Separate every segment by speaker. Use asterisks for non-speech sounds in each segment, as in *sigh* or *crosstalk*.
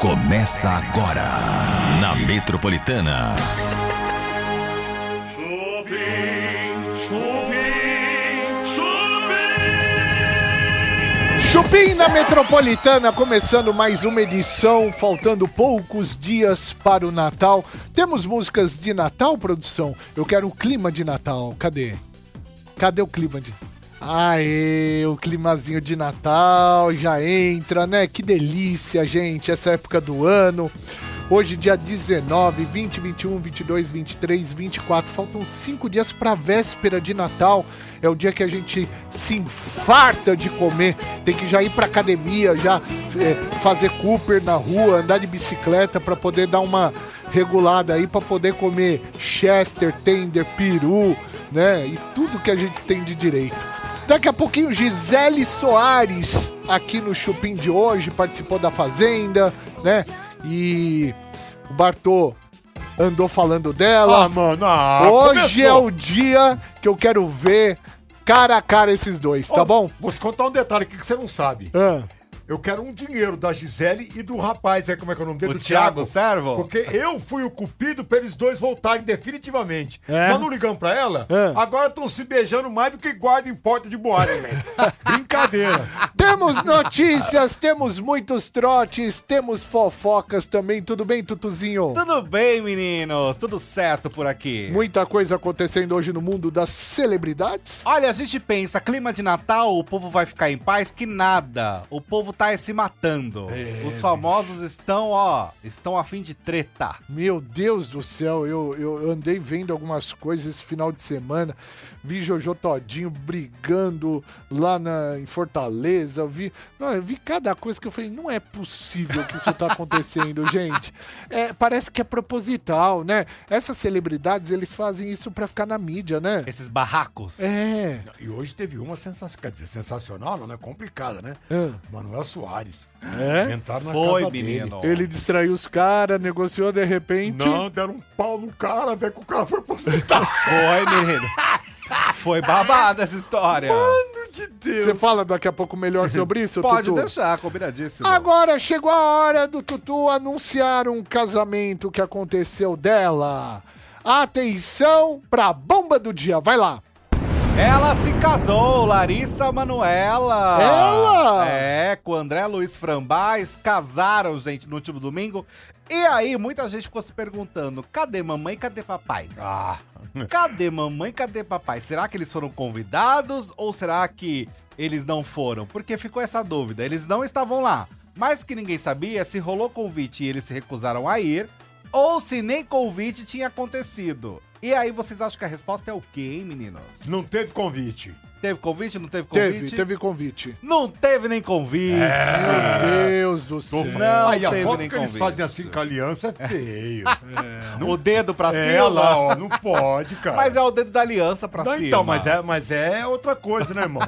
Speaker 1: Começa agora na Metropolitana.
Speaker 2: Chupim, chupim, chupim.
Speaker 3: Chupim na Metropolitana, começando mais uma edição, faltando poucos dias para o Natal. Temos músicas de Natal, produção? Eu quero o clima de Natal. Cadê? Cadê o clima de... Aê, o climazinho de Natal já entra, né? Que delícia, gente, essa época do ano. Hoje, dia 19, 20, 21, 22, 23, 24. Faltam cinco dias para a véspera de Natal. É o dia que a gente se infarta de comer. Tem que já ir para academia, já é, fazer Cooper na rua, andar de bicicleta para poder dar uma regulada aí, para poder comer Chester, Tender, Peru, né? E tudo que a gente tem de direito. Daqui a pouquinho, Gisele Soares, aqui no Chupim de hoje, participou da Fazenda, né? E o Bartô andou falando dela.
Speaker 4: mano, ah,
Speaker 3: hoje
Speaker 4: começou.
Speaker 3: é o dia que eu quero ver cara a cara esses dois, tá
Speaker 4: Ô,
Speaker 3: bom?
Speaker 4: Vou te contar um detalhe aqui que você não sabe.
Speaker 3: Ah,
Speaker 4: Eu quero um dinheiro da Gisele e do rapaz, aí como é que é o nome dele?
Speaker 5: O
Speaker 4: do
Speaker 5: Thiago Servo?
Speaker 4: Porque eu fui o cupido pra eles dois voltarem definitivamente.
Speaker 3: É?
Speaker 4: Nós não ligamos pra ela,
Speaker 3: É.
Speaker 4: agora estão se beijando mais do que guarda em porta de boate, velho. Brincadeira.
Speaker 3: Temos notícias, temos muitos trotes, temos fofocas também. Tudo bem, Tutuzinho?
Speaker 5: Tudo bem, meninos? Tudo certo por aqui?
Speaker 3: Muita coisa acontecendo hoje no mundo das celebridades.
Speaker 5: Olha, a gente pensa, clima de Natal, o povo vai ficar em paz, que nada. O povo tá é se matando. Os famosos estão, ó, estão a fim de treta.
Speaker 3: Meu Deus do céu, eu, eu andei vendo algumas coisas esse final de semana. Vi Jojo Todinho brigando lá na, em Fortaleza. Vi, não, eu vi cada coisa que eu falei, não é possível que isso tá acontecendo, *laughs* gente. É, parece que é proposital, né? Essas celebridades, eles fazem isso pra ficar na mídia, né?
Speaker 5: Esses barracos.
Speaker 3: É.
Speaker 4: e hoje teve uma sensacional, quer dizer, sensacional, não é complicada, né?
Speaker 2: É.
Speaker 3: Ah.
Speaker 4: Manuel Soares.
Speaker 3: É?
Speaker 4: Entraram tá? na
Speaker 5: Foi,
Speaker 4: casa
Speaker 5: menino.
Speaker 4: dele.
Speaker 3: Ele distraiu os caras, negociou de repente.
Speaker 4: Não, deram um pau no cara, velho, que o cara foi pro hospital.
Speaker 5: Foi, menino. Foi babada essa história.
Speaker 4: Meu de Deus.
Speaker 3: Você fala daqui a pouco melhor sobre isso,
Speaker 5: Pode
Speaker 3: Tutu?
Speaker 5: deixar, combinadíssimo.
Speaker 3: Agora chegou a hora do Tutu anunciar um casamento que aconteceu dela. Atenção pra bomba do dia, vai lá.
Speaker 5: Ela se casou, Larissa Manuela.
Speaker 3: Ela?
Speaker 5: É, com André Luiz Frambás. Casaram, gente, no último domingo. E aí, muita gente ficou se perguntando: cadê mamãe, cadê papai?
Speaker 4: Ah,
Speaker 5: Cadê mamãe, cadê papai? Será que eles foram convidados ou será que eles não foram? Porque ficou essa dúvida. Eles não estavam lá. Mas o que ninguém sabia é se rolou convite e eles se recusaram a ir ou se nem convite tinha acontecido. E aí, vocês acham que a resposta é o quê, hein, meninos?
Speaker 4: não teve convite.
Speaker 5: Teve convite? Não teve convite?
Speaker 3: Teve, teve convite.
Speaker 5: Não teve nem convite.
Speaker 4: É.
Speaker 5: Ah,
Speaker 3: Meu Deus do céu.
Speaker 5: Não
Speaker 4: Aí a
Speaker 5: teve
Speaker 4: foto
Speaker 5: nem
Speaker 4: que eles
Speaker 5: convite.
Speaker 4: fazem assim com a aliança é feio.
Speaker 5: O dedo pra cima.
Speaker 4: é lá, ó, não pode, cara.
Speaker 5: Assim Mas é o dedo da aliança pra
Speaker 4: não,
Speaker 5: cima.
Speaker 4: então, mas é, mas é outra coisa, né, irmão?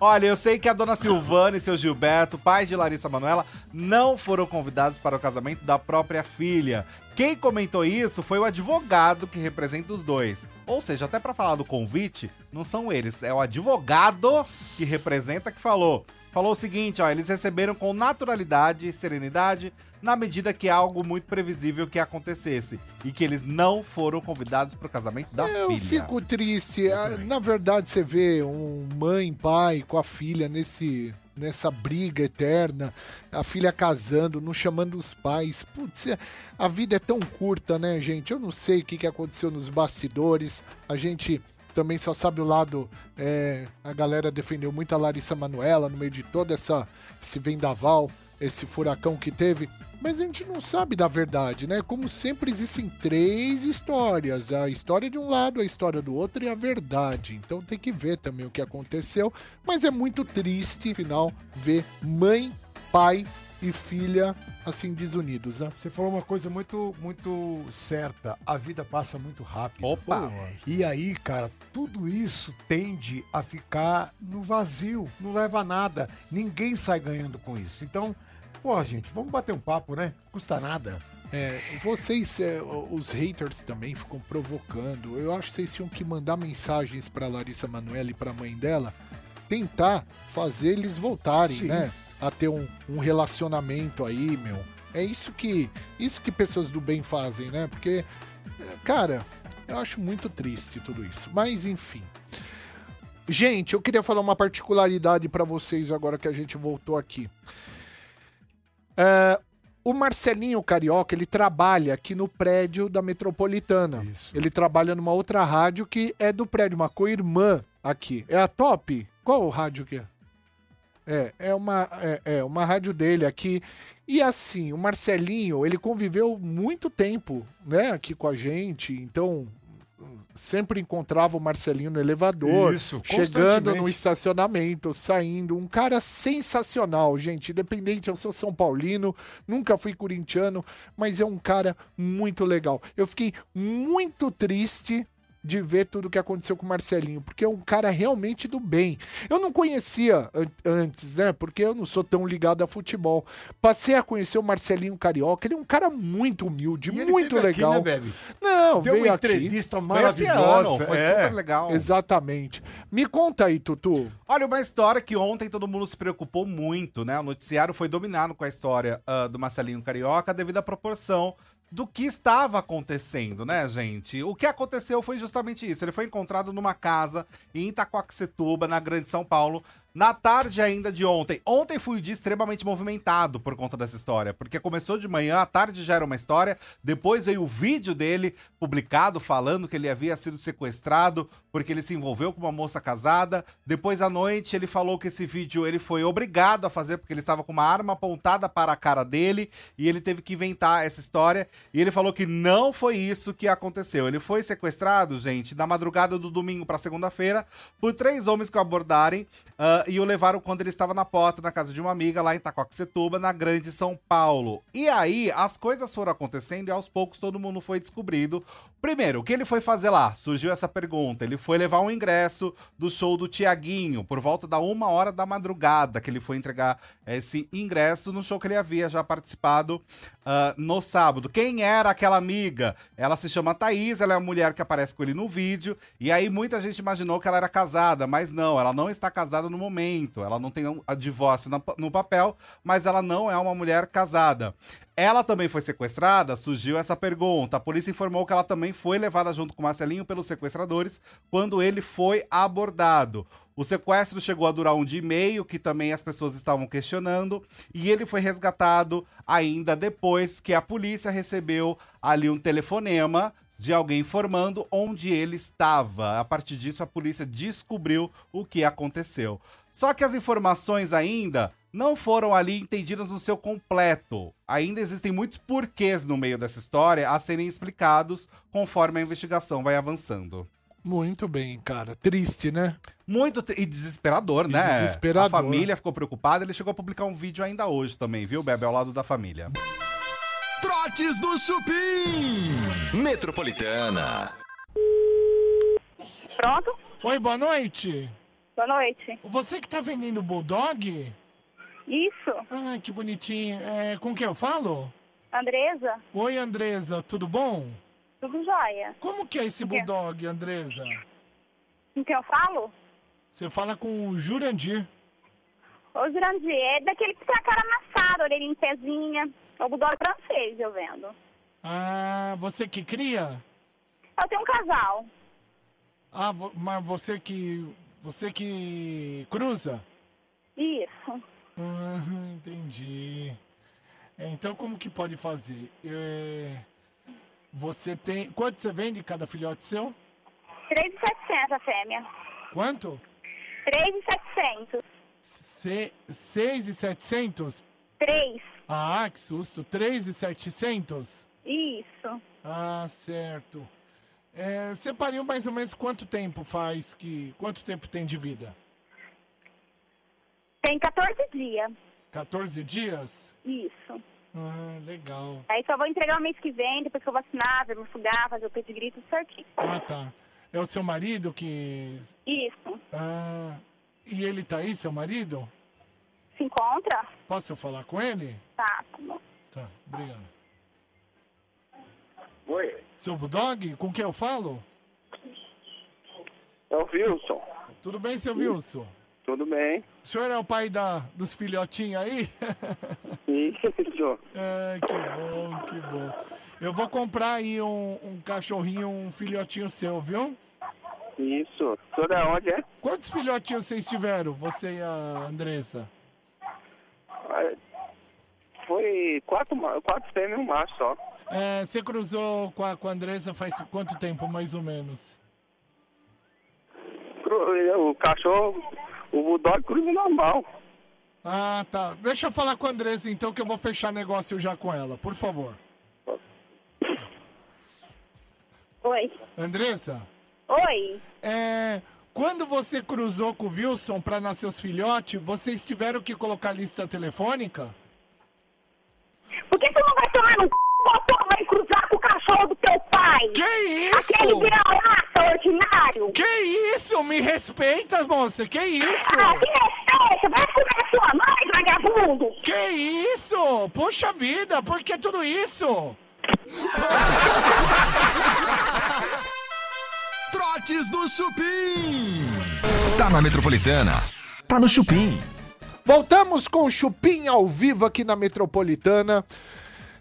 Speaker 5: Olha, eu sei que a dona Silvana e seu Gilberto, pais de Larissa Manoela, não foram convidados para o casamento da própria filha. Quem comentou isso foi o advogado que representa os dois. Ou seja, até pra falar do convite, não são eles, é o advogado que representa que falou. Falou o seguinte, ó, eles receberam com naturalidade e serenidade na medida que é algo muito previsível que acontecesse e que eles não foram convidados para o casamento da
Speaker 3: Eu
Speaker 5: filha.
Speaker 3: fico triste. Ah, Na verdade, você vê um mãe, pai com a filha nesse nessa briga eterna, a filha casando, não chamando os pais. Putz, é- a vida é tão curta, né, gente? Eu não sei o que que aconteceu nos bastidores. A gente também só sabe o lado. é, a galera defendeu muito a Larissa Manuela no meio de todo essa esse vendaval, esse furacão que teve. Mas a gente não sabe da verdade, né? Como sempre existem três histórias: a história de um lado, a história do outro e a verdade. Então tem que ver também o que aconteceu. Mas é muito triste, afinal, ver mãe, pai e filha assim desunidos,
Speaker 4: *laughs*
Speaker 3: né?
Speaker 4: Você falou uma coisa muito, muito certa. A vida passa muito rápido.
Speaker 5: Opa!
Speaker 4: E aí, cara, tudo isso tende a ficar no vazio, não leva a nada. Ninguém sai ganhando com isso. Então, pô, gente, vamos bater um papo, né? Custa nada.
Speaker 3: É, vocês, é, o- os haters também ficam provocando. Eu acho que vocês tinham que mandar mensagens pra Larissa Manoela e pra mãe dela, tentar fazer eles voltarem,
Speaker 4: Sim.
Speaker 3: né? A ter um, um relacionamento aí, meu. É isso que, isso que pessoas do bem fazem, né? Porque, cara, eu acho muito triste tudo isso. Mas, enfim. Gente, eu queria falar uma particularidade pra vocês agora que a gente voltou aqui. É, o Marcelinho Carioca, ele trabalha aqui no prédio da Metropolitana. Ele trabalha numa outra rádio que é do prédio, uma co-irmã aqui. É a Top? Qual o rádio que é? É, é uma, é, é uma rádio dele aqui. E assim, o Marcelinho, ele conviveu muito tempo, né, aqui com a gente, então sempre encontrava o Marcelinho no elevador,
Speaker 4: Isso,
Speaker 3: chegando no
Speaker 4: constantemente.
Speaker 3: estacionamento, saindo, um cara sensacional, gente, independente, eu sou São Paulino, nunca fui corintiano, mas é um cara muito legal. Eu fiquei muito triste de ver tudo que aconteceu com o Marcelinho, porque é um cara realmente do bem. Eu não conhecia an- antes, né? Porque eu não sou tão ligado a futebol. Passei a conhecer o Marcelinho Carioca, ele é um cara muito humilde,
Speaker 4: E ele
Speaker 3: muito
Speaker 4: teve aqui,
Speaker 3: legal.
Speaker 4: né, Bebe?
Speaker 3: não,
Speaker 4: Deu
Speaker 3: veio
Speaker 4: uma
Speaker 3: aqui.
Speaker 4: entrevista
Speaker 5: Foi esse ano,
Speaker 4: maravilhosa.
Speaker 5: foi
Speaker 4: é.
Speaker 5: super legal.
Speaker 3: Exatamente. Me conta aí, Tutu.
Speaker 5: Olha, uma história que ontem todo mundo se preocupou muito, né? O noticiário foi dominado com a história ah, do Marcelinho Carioca devido à proporção do que estava acontecendo, né, gente? O que aconteceu foi justamente isso. Ele foi encontrado numa casa em Itacoaxetuba, na Grande São Paulo, na tarde ainda de ontem. Ontem foi um dia extremamente movimentado por conta dessa história, porque começou de manhã, à tarde já era uma história, depois veio o vídeo dele publicado falando que ele havia sido sequestrado porque ele se envolveu com uma moça casada. Depois à noite ele falou que esse vídeo ele foi obrigado a fazer porque ele estava com uma arma apontada para a cara dele e ele teve que inventar essa história. E ele falou que não foi isso que aconteceu. Ele foi sequestrado, gente, na madrugada do domingo para segunda-feira por três homens que o abordarem ah, e o levaram quando ele estava na porta na casa de uma amiga lá em Itacoaxetuba, na Grande São Paulo. E aí as coisas foram acontecendo e aos poucos todo mundo foi descobrindo. Primeiro, o que ele foi fazer lá? Surgiu essa pergunta. Ele foi levar um ingresso do show do Tiaguinho por volta da uma hora da madrugada que ele foi entregar esse ingresso no show que ele havia já participado ah, no sábado. Quem era aquela amiga? Ela se chama Thaís, ela é a mulher que aparece com ele no vídeo. E aí muita gente imaginou que ela era casada, mas não, ela não está casada no momento. Ela não tem um a divórcio na- no papel, mas ela não é uma mulher casada. Ela também foi sequestrada? Surgiu essa pergunta. A polícia informou que ela também foi levada junto com o Marcelinho pelos sequestradores quando ele foi abordado. O sequestro chegou a durar um dia e meio, que também as pessoas estavam questionando, e ele foi resgatado ainda depois que a polícia recebeu ali um telefonema de alguém informando onde ele estava. A partir disso, a polícia descobriu o que aconteceu. Só que as informações ainda não foram ali entendidas no seu completo. Ainda existem muitos porquês no meio dessa história a serem explicados conforme a investigação vai avançando.
Speaker 3: Muito bem, cara. Triste, né?
Speaker 5: Muito tri- e desesperador, né?
Speaker 3: desesperador.
Speaker 5: A família ficou preocupada, ele chegou a publicar um vídeo ainda hoje também, viu, Bebe, ao lado da família.
Speaker 1: Trotes do Chupim. Metropolitana.
Speaker 6: Pronto?
Speaker 7: Oi, boa noite.
Speaker 6: Boa noite.
Speaker 7: Você que tá vendendo Bulldog?
Speaker 6: Isso,
Speaker 7: Ah, que bonitinho. É, com quem eu falo?
Speaker 6: Andresa,
Speaker 7: Oi, Andresa, tudo bom?
Speaker 6: tudo jóia.
Speaker 7: Como que é esse
Speaker 6: quê?
Speaker 7: Bulldog, Andresa?
Speaker 6: Com quem eu falo?
Speaker 7: Você fala com o Jurandir.
Speaker 6: Ô, Jurandir, é daquele que tem a cara amassada, orelha em pezinha. É O Bulldog francês, eu vendo.
Speaker 7: Ah, você que cria?
Speaker 6: Eu tenho um casal.
Speaker 7: Ah, vo- mas você que. Você que cruza?
Speaker 6: Isso.
Speaker 7: Ah, *laughs* entendi. É, então como que pode fazer? É, você tem. Quanto você vende cada filhote seu?
Speaker 6: 3,700 a fêmea.
Speaker 7: Quanto?
Speaker 6: 3,700.
Speaker 7: Se, 6,700?
Speaker 6: 3.
Speaker 7: Ah, que susto. 3,700?
Speaker 6: Isso.
Speaker 7: Ah, certo. É, você pariu mais ou menos quanto tempo faz que... Quanto tempo tem de vida?
Speaker 6: Tem 14 dias.
Speaker 7: 14 dias?
Speaker 6: Isso.
Speaker 7: Ah, legal.
Speaker 6: Aí só vou entregar o mês que vem, depois que eu vacinar, ver me fugar, fazer o pedigree, tudo certinho.
Speaker 7: Ah, tá. É o seu marido que...
Speaker 6: Isso.
Speaker 7: Ah, e ele tá aí, seu marido?
Speaker 6: Se encontra?
Speaker 7: Posso eu falar com ele?
Speaker 6: Tá, tá bom.
Speaker 7: Tá, obrigado. Oi? Seu Bulldog? Com quem eu falo?
Speaker 8: É o Wilson.
Speaker 7: Tudo bem, seu Wilson?
Speaker 8: Tudo bem?
Speaker 7: O senhor é o pai da, dos filhotinhos aí? *laughs*
Speaker 8: Isso.
Speaker 7: Ai, que bom, que bom. Eu vou comprar aí um, um cachorrinho, um filhotinho seu, viu?
Speaker 8: Isso. Tudo é onde, é?
Speaker 7: Quantos filhotinhos vocês tiveram, você e a Andressa?
Speaker 8: Ah, Foi quatro, ma- quatro fêmeas e um macho só.
Speaker 7: É, você cruzou com a, com a Andressa faz quanto tempo, mais ou menos?
Speaker 8: Cru- O cachorro, o bulldog cruza normal.
Speaker 7: Ah, tá. Deixa eu falar com a Andressa então, que eu vou fechar negócio já com ela, por favor.
Speaker 6: Oi.
Speaker 7: Andressa,
Speaker 6: Oi.
Speaker 7: é, quando você cruzou com o Wilson pra nascer os filhotes, vocês tiveram que colocar lista telefônica?
Speaker 6: Por que tu não vai tomar no c... motor vai cruzar com o cachorro do teu pai?
Speaker 7: Que
Speaker 6: Aquele
Speaker 7: isso?
Speaker 6: vira-lata ordinário.
Speaker 7: Que isso? Me respeita, moça. Que isso?
Speaker 6: Ah, que respeito. Vai comer sua mãe, vagabundo.
Speaker 7: Que isso? Puxa vida, por que tudo isso?
Speaker 1: Trotes do Chupim. Tá na Metropolitana. Tá no Chupim.
Speaker 3: Voltamos com o Chupim ao vivo aqui na Metropolitana.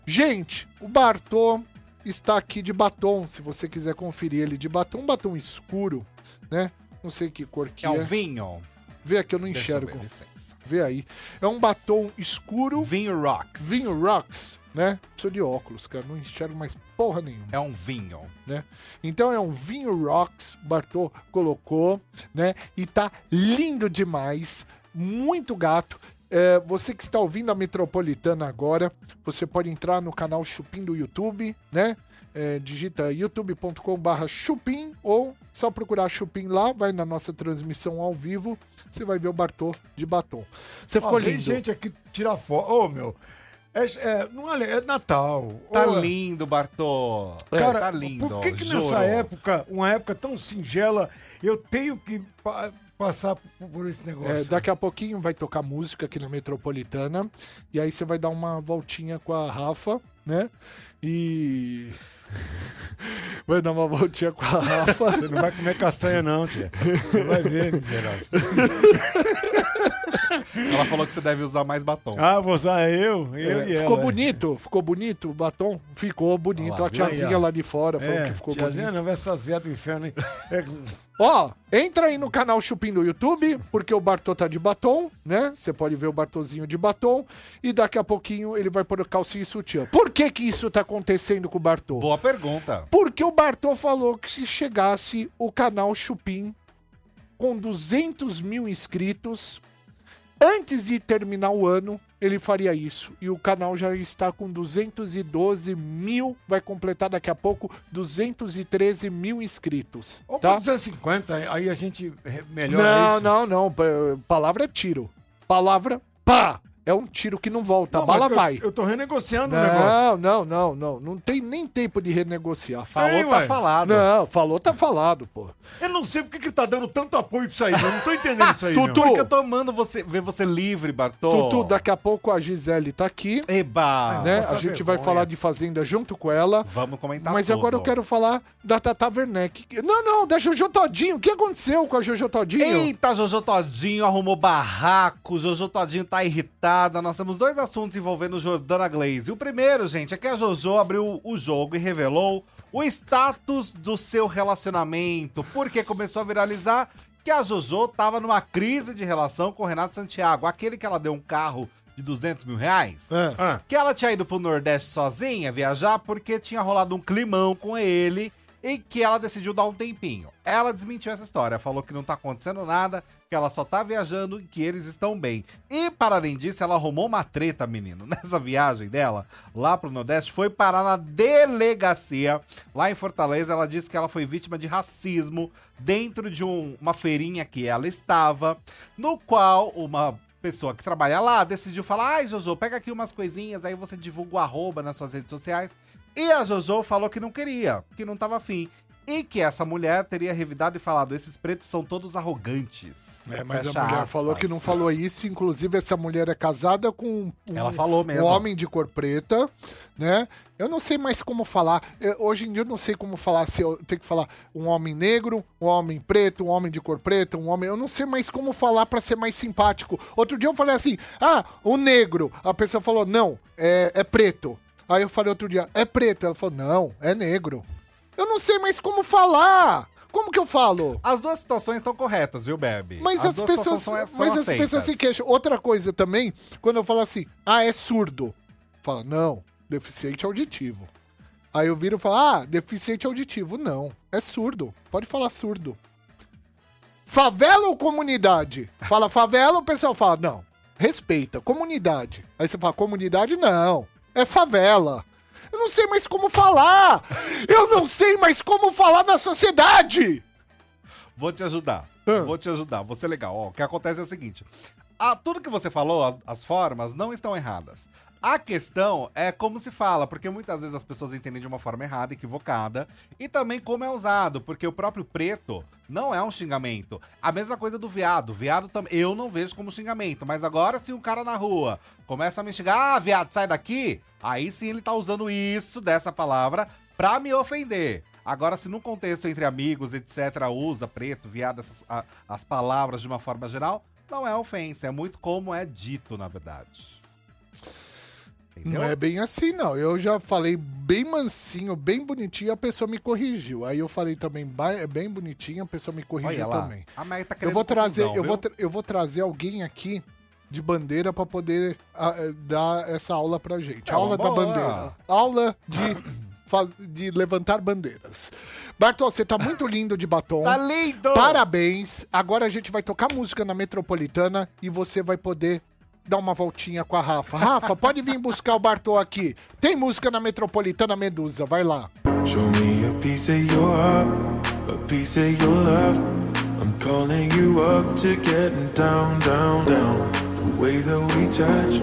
Speaker 3: Gente, o Bartô está aqui de batom, se você quiser conferir ele de batom, um batom escuro, né? Não sei que cor que
Speaker 5: É um
Speaker 3: é.
Speaker 5: vinho.
Speaker 3: Vê aqui, eu não
Speaker 5: Deixa eu ver,
Speaker 3: enxergo.
Speaker 5: licença.
Speaker 3: Vê aí. É um batom escuro,
Speaker 5: Vinho Rocks.
Speaker 3: vinho rocks, né? Preciso de óculos, cara, não enxergo mais porra nenhuma.
Speaker 5: É um vinho.
Speaker 3: né? Então é um vinho rocks, Bartô colocou, né? E tá lindo demais, muito gato. É, você que está ouvindo a Metropolitana agora, você pode entrar no canal Chupim do YouTube, né? É, digita youtube.com/barra Chupim ou só procurar Chupim lá, vai na nossa transmissão ao vivo, você vai ver o Bartô de batom. Você ficou
Speaker 4: Ó, tem
Speaker 3: lindo.
Speaker 4: gente aqui que tira foto. Ô, meu. É, é, não é, é Natal.
Speaker 5: Tá
Speaker 4: Ô, é,
Speaker 5: lindo, Bartô.
Speaker 4: Cara,
Speaker 5: tá lindo.
Speaker 4: por que, que
Speaker 5: juro.
Speaker 4: nessa época, uma época tão singela, eu tenho que pa- passar por, por esse
Speaker 3: É,
Speaker 4: negócio?
Speaker 3: daqui a pouquinho vai tocar música aqui na Metropolitana. E aí você vai dar uma voltinha com a Rafa, né? E. *laughs* Vai dar uma voltinha com a Rafa.
Speaker 4: Você não vai comer castanha, não, tia. Você vai ver, miserável.
Speaker 5: Ela falou que você deve usar mais batom.
Speaker 4: Ah, vou usar eu, *laughs* eu e ela.
Speaker 3: ficou
Speaker 4: é.
Speaker 3: bonito, ficou bonito o batom? Ficou bonito.
Speaker 5: Olha lá,
Speaker 3: a tiazinha
Speaker 4: viu aí, ó.
Speaker 3: lá de fora falou
Speaker 4: É,
Speaker 3: que ficou
Speaker 4: tiazinha,
Speaker 3: bonito.
Speaker 4: não, essas vias do inferno, hein? É,
Speaker 3: Ó, entra aí no canal Chupim do YouTube, porque o Bartô tá de batom, né? Você pode ver o Bartôzinho de batom. E daqui a pouquinho ele vai pôr calcinha e sutiã. Por que que isso tá acontecendo com o Bartô?
Speaker 5: Boa pergunta.
Speaker 3: Porque o Bartô falou que se chegasse o canal Chupim com 200 mil inscritos, antes de terminar o ano, ele faria isso. E o canal já está com 212 mil, vai completar daqui a pouco 213 mil inscritos.
Speaker 4: Ou
Speaker 3: Tá?
Speaker 4: com 250, aí a gente re- melhora é
Speaker 3: Não,
Speaker 4: isso.
Speaker 3: não, não. pa- Palavra é tiro. Palavra pá! É um tiro que não volta. a
Speaker 4: Não,
Speaker 3: bala
Speaker 4: mas eu-
Speaker 3: vai.
Speaker 4: Eu, tô
Speaker 3: um
Speaker 4: renegociando o negócio.
Speaker 3: Não, não, não, não. Não tem nem tempo de renegociar.
Speaker 5: Falou,
Speaker 4: Ei,
Speaker 5: tá
Speaker 4: ué.
Speaker 5: falado.
Speaker 3: Não, falou, tá falado, pô.
Speaker 4: Eu não sei porque que tá dando tanto apoio pra isso aí. Eu não tô entendendo isso aí.
Speaker 3: *laughs* Tutu,
Speaker 4: não.
Speaker 5: Porque eu tô amando você, ver você livre, Bartô.
Speaker 3: Tutu, daqui a pouco a Gisele tá aqui,
Speaker 5: Eba!
Speaker 3: né?
Speaker 4: nossa
Speaker 3: A gente vai
Speaker 4: vergonha.
Speaker 3: falar de Fazenda junto com ela.
Speaker 5: Vamos comentar
Speaker 3: Mas agora eu
Speaker 5: tudo.
Speaker 3: quero falar da Tata Werneck. Não, não, da Jojo Todinho. O que aconteceu com a Jojo Todinho?
Speaker 5: Eita, Jojo Todinho arrumou barraco, Jojo Todinho tá irritada. Nós temos dois assuntos envolvendo Jordana Glaze. O primeiro, gente, é que a Jojo abriu o jogo e revelou o status do seu relacionamento, porque começou a viralizar que a Jojo tava numa crise de relação com o Renato Santiago, aquele que ela deu um carro de 200 mil reais.
Speaker 4: Ah,
Speaker 5: Que ela tinha ido pro Nordeste sozinha viajar porque tinha rolado um climão com ele e que ela decidiu dar um tempinho. Ela desmentiu essa história, falou que não tá acontecendo nada, que ela só tá viajando e que eles estão bem. E, para além disso, ela arrumou uma treta, menino. *laughs* Nessa viagem dela, lá pro Nordeste, foi parar na delegacia. Lá em Fortaleza, ela disse que ela foi vítima de racismo dentro de um- uma feirinha que ela estava, no qual uma pessoa que trabalha lá decidiu falar: ai, Jojo, pega aqui umas coisinhas, aí você divulga o arroba nas suas redes sociais. E a Jojo falou que não queria, que não tava afim. E que essa mulher teria revidado e falado: esses pretos são todos arrogantes.
Speaker 3: É, mas
Speaker 5: Fecha
Speaker 3: a mulher
Speaker 5: aspas.
Speaker 3: falou que não falou isso. Inclusive, essa mulher é casada com um,
Speaker 5: Ela falou mesmo.
Speaker 3: um homem de cor preta, né? Eu não sei mais como falar. Eu- hoje em dia eu não sei como falar se eu tenho que falar um homem negro, um homem preto, um homem de cor preta, um homem. Eu não sei mais como falar pra ser mais simpático. Outro dia eu falei assim: ah, o negro. A pessoa falou: não, é, é preto. Aí eu falei outro dia: é preto. Ela falou: não, é negro. Eu não sei mais como falar. Como que eu falo?
Speaker 5: As duas situações estão corretas, viu, Bebe?
Speaker 3: Mas as,
Speaker 5: duas
Speaker 3: pessoas,
Speaker 5: situações são- são
Speaker 3: mas as
Speaker 5: aceitas.
Speaker 3: pessoas se queixam. Outra coisa também, quando eu falo assim, ah, é surdo. Fala, não, deficiente auditivo. Aí eu viro e falo, ah, deficiente auditivo. Não, é surdo. Pode falar surdo. Favela ou comunidade? Fala favela, o pessoal fala, não, respeita, comunidade. Aí você fala, comunidade não, é favela. Eu não sei mais como falar! Eu não sei mais como falar na sociedade!
Speaker 5: Vou te ajudar.
Speaker 3: Ah.
Speaker 5: Vou te ajudar. Você legal. Ó, o que acontece é o seguinte: a, tudo que você falou, as, as formas, não estão erradas. A questão é como se fala, porque muitas vezes as pessoas entendem de uma forma errada, equivocada, e também como é usado, porque o próprio preto não é um xingamento. A mesma coisa do viado. Viado também. Eu não vejo como xingamento, mas agora se um cara na rua começa a me xingar, ah, viado, sai daqui, aí sim ele tá usando isso dessa palavra pra me ofender. Agora, se num contexto entre amigos, etc., usa preto, viado, essas, a- as palavras de uma forma geral, não é ofensa, é muito como é dito, na verdade. Entendeu?
Speaker 3: Não é bem assim, não. Eu já falei bem mansinho, bem bonitinho, a pessoa me corrigiu. Aí eu falei também ba- é bem bonitinho, a pessoa me corrigiu também.
Speaker 5: A Maia tá
Speaker 3: Eu
Speaker 5: querendo
Speaker 3: vou trazer,
Speaker 5: confusão,
Speaker 3: eu vou,
Speaker 5: viu?
Speaker 3: tra- eu vou trazer alguém aqui de bandeira pra poder ah, eh, dar essa aula pra gente.
Speaker 5: É uma
Speaker 3: aula da
Speaker 5: boa.
Speaker 3: bandeira. Aula de faz- de levantar bandeiras. Bartol, você tá muito lindo de batom.
Speaker 5: Tá lindo!
Speaker 3: Parabéns. Agora a gente vai tocar música na Metropolitana e você vai poder dar uma voltinha com a Rafa. Rafa, pode vir buscar o Bartol aqui. Tem música na Metropolitana Medusa, vai lá.
Speaker 9: Show me a piece of your heart, a piece of your love. I'm calling you up to getting down, down, down. The way that we touch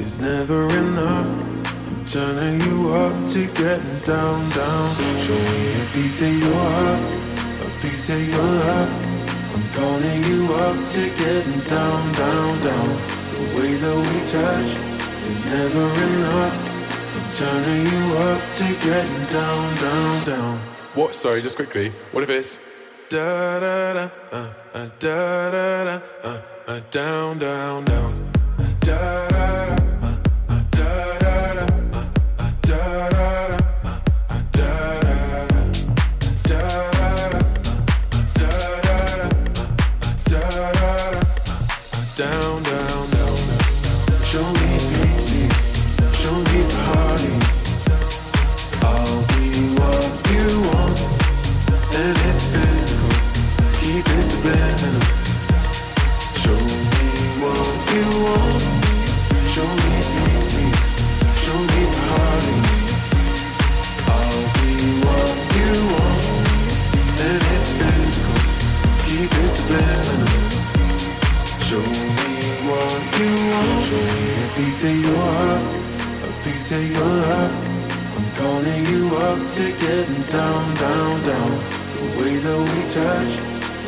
Speaker 9: is never enough. I'm turning you up to getting down, down. Show me a piece of your heart, a piece of your love. I'm calling you up to getting down, down, down. The way that we touch is never enough. I'm turning you up to getting down, down, down.
Speaker 10: What? Sorry, just quickly. What if it's
Speaker 9: Da da da, uh, uh, da da da, uh, uh, down, down, down. Uh, Da da da, uh, uh, da da da, uh, uh, da da da, uh, uh, da da da. Da da da, uh, uh, da da da, uh, uh, da da da, uh, uh, down, down, down, down. Show me beauty, show me party. I'll be what you want, and it's physical. Keep it spinning. Show me what you want. Show me beauty, show me party. I'll be what you want, and it's physical. Keep it spinning. Show me what you want. Show me a piece of your heart, a piece of your love. I'm calling you up to getting down, down, down. The way that we touch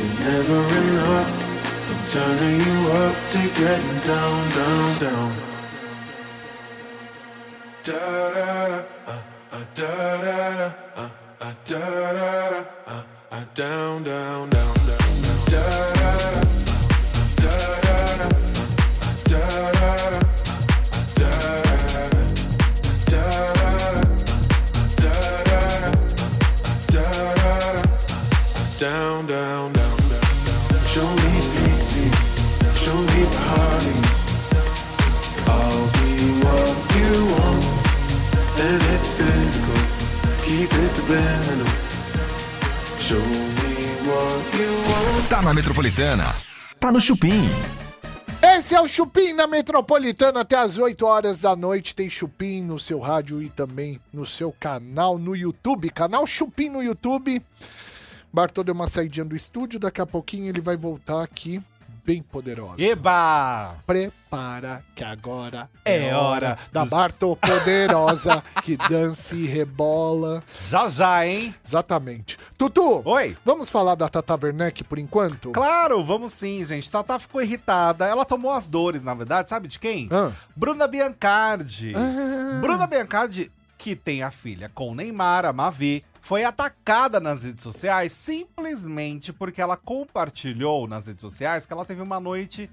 Speaker 9: is never enough. I'm turning you up to getting down, down, down. Da da da, uh, uh, da da da, uh, uh, da da da, uh, uh, down, down, down, down. Da da da. Da da da, da da da, da da da, da da da, da da da, down down down down. Show me beauty, show me party. I'll be what you want, and it's physical. Keep it subliminal. Show me what you want.
Speaker 1: Tá na Metropolitana. Tá no Chupim.
Speaker 3: Esse é o Chupim na Metropolitana até as 8 horas da noite. Tem Chupim no seu rádio e também no seu canal no YouTube. Canal Chupim no YouTube. Bartô deu uma saidinha do estúdio, daqui a pouquinho ele vai voltar aqui bem poderosa.
Speaker 5: Eba!
Speaker 3: Prepara que agora
Speaker 5: É hora
Speaker 3: da
Speaker 5: dos-
Speaker 3: Barto
Speaker 5: *laughs*
Speaker 3: poderosa que dança e rebola.
Speaker 5: Já já, hein?
Speaker 3: Exatamente. Tutu,
Speaker 5: Oi.
Speaker 3: vamos falar da Tata Werneck por enquanto?
Speaker 5: Claro, vamos sim, gente. Tatá ficou irritada. Ela tomou as dores, na verdade, sabe de quem?
Speaker 3: Ah.
Speaker 5: Bruna Biancardi. Bruna Biancardi, que tem a filha com Neymar, a Mavi, foi atacada nas redes sociais simplesmente porque ela compartilhou nas redes sociais que ela teve uma noite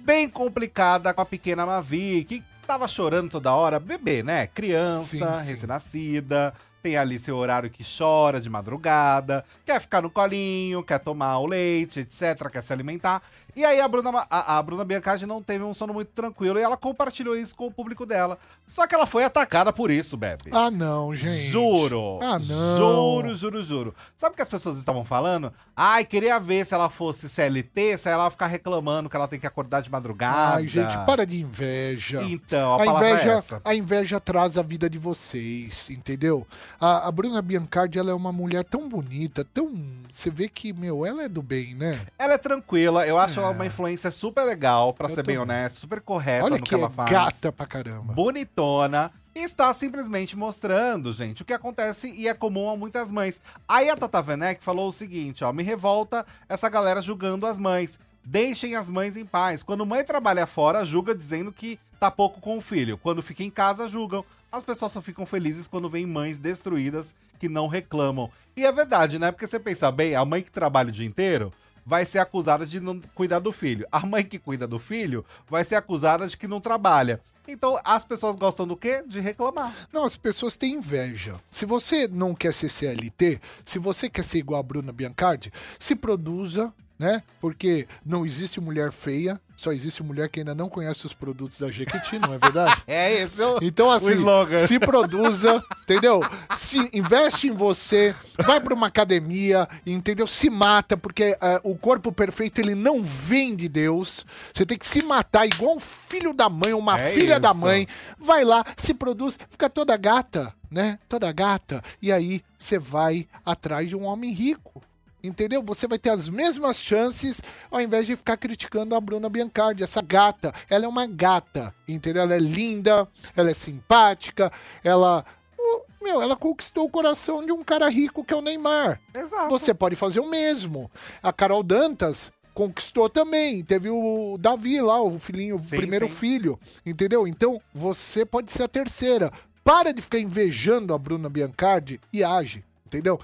Speaker 5: bem complicada com a pequena Mavi, que tava chorando toda hora. Bebê, né? Criança,
Speaker 3: Sim, sim.
Speaker 5: recém-nascida. Tem ali seu horário que chora de madrugada, quer ficar no colinho, quer tomar o leite, etc., quer se alimentar. E aí a Bruna, Ma- a, a Bruna Biancardi não teve um sono muito tranquilo e ela compartilhou isso com o público dela. Só que ela foi atacada por isso, Bebe.
Speaker 3: Ah, não, gente.
Speaker 5: Juro.
Speaker 3: Ah, não.
Speaker 5: Juro, juro, juro. Sabe o que as pessoas estavam falando? Ai, queria ver se ela fosse CLT, se ela ia ficar reclamando que ela tem que acordar de madrugada.
Speaker 3: Ai, gente, para de inveja.
Speaker 5: Então, a,
Speaker 3: A
Speaker 5: palavra é
Speaker 3: inveja,
Speaker 5: essa.
Speaker 3: a inveja traz a vida de vocês, entendeu? A, a Bruna Biancardi, ela é uma mulher tão bonita, tão... Você vê que, meu, ela é do bem, né?
Speaker 5: Ela é tranquila, eu acho ela uma influência super legal, pra
Speaker 3: É. Eu
Speaker 5: ser bem
Speaker 3: também.
Speaker 5: honesto, super correta
Speaker 3: Olha
Speaker 5: tá no
Speaker 3: que
Speaker 5: que ela
Speaker 3: é
Speaker 5: faz.
Speaker 3: gata pra caramba.
Speaker 5: bonitona e está simplesmente mostrando, gente, o que acontece e é comum a muitas mães. Aí a Tata Werneck falou o seguinte, ó, me revolta essa galera julgando as mães. Deixem as mães em paz. Quando mãe trabalha fora, julga dizendo que tá pouco com o filho. Quando fica em casa, julgam. As pessoas só ficam felizes quando veem mães destruídas que não reclamam. E é verdade, né? Porque você pensa bem, a mãe que trabalha o dia inteiro vai ser acusada de não cuidar do filho. A mãe que cuida do filho vai ser acusada de que não trabalha. Então, as pessoas gostam do quê? De reclamar.
Speaker 3: Não, as pessoas têm inveja. Se você não quer ser CLT, se você quer ser igual a Bruna Biancardi, se produza, né? Porque não existe mulher feia, só existe mulher que ainda não conhece os produtos da Jequiti, não é
Speaker 5: *laughs*
Speaker 3: verdade?
Speaker 5: É esse o,
Speaker 3: Então, assim,
Speaker 5: slogan.
Speaker 3: se produza, entendeu? Se investe em você, vai pra uma academia, entendeu? Se mata, porque ah, o corpo perfeito, ele não vem de Deus. Você tem que se matar igual um filho da mãe, uma
Speaker 5: É
Speaker 3: filha da
Speaker 5: isso.
Speaker 3: mãe. Vai lá, se produz, fica toda gata, né? Toda gata. E aí, você vai atrás de um homem rico. Entendeu? Você vai ter as mesmas chances ao invés de ficar criticando a Bruna Biancardi, essa gata. Ela é uma gata, entendeu? Ela é linda, ela é simpática, ela. Oh, Meu, ela conquistou o coração de um cara rico que é o Neymar.
Speaker 5: Exato.
Speaker 3: Você pode fazer o mesmo. A Carol Dantas conquistou também. Teve o Davi lá, o filhinho, o
Speaker 5: Sim,
Speaker 3: primeiro
Speaker 5: sim.
Speaker 3: filho. Entendeu? Então, você pode ser a terceira. Para de ficar invejando a Bruna Biancardi e age, entendeu?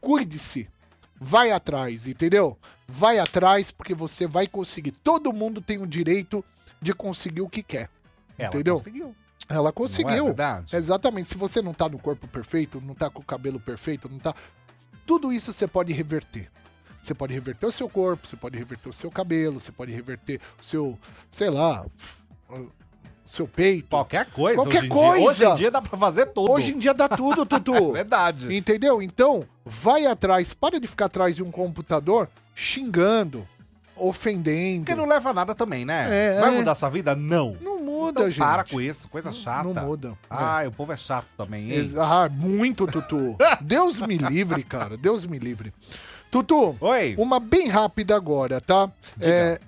Speaker 3: Cuide-se. Vai atrás, entendeu? Vai atrás, porque você vai conseguir. Todo mundo tem o direito de conseguir o que quer.
Speaker 5: Ela
Speaker 3: entendeu?
Speaker 5: conseguiu.
Speaker 3: Ela conseguiu.
Speaker 5: é verdade?
Speaker 3: Exatamente. Se você não tá no corpo perfeito, não tá com o cabelo perfeito, não tá. Tudo isso você pode reverter. Você pode reverter o seu corpo, você pode reverter o seu cabelo, você pode reverter o seu, sei lá, o seu peito.
Speaker 5: Qualquer coisa.
Speaker 3: Qualquer
Speaker 5: hoje em
Speaker 3: coisa.
Speaker 5: Dia. Hoje em dia dá pra fazer tudo.
Speaker 3: Hoje em dia dá tudo,
Speaker 5: *laughs* É
Speaker 3: Tutu.
Speaker 5: verdade.
Speaker 3: Entendeu? Então, vai atrás, para de ficar atrás de um computador xingando, ofendendo.
Speaker 5: Porque não leva a nada também, né?
Speaker 3: É,
Speaker 5: Vai
Speaker 3: é.
Speaker 5: mudar sua vida? Não.
Speaker 3: Não muda,
Speaker 5: Então
Speaker 3: gente.
Speaker 5: para com isso, coisa chata.
Speaker 3: não muda.
Speaker 5: Ai, o povo é chato também, hein?
Speaker 3: Ex- Ah, muito, Tutu. Deus me livre, cara. Deus me livre. Tutu,
Speaker 5: Oi.
Speaker 3: uma bem rápida agora, tá? É,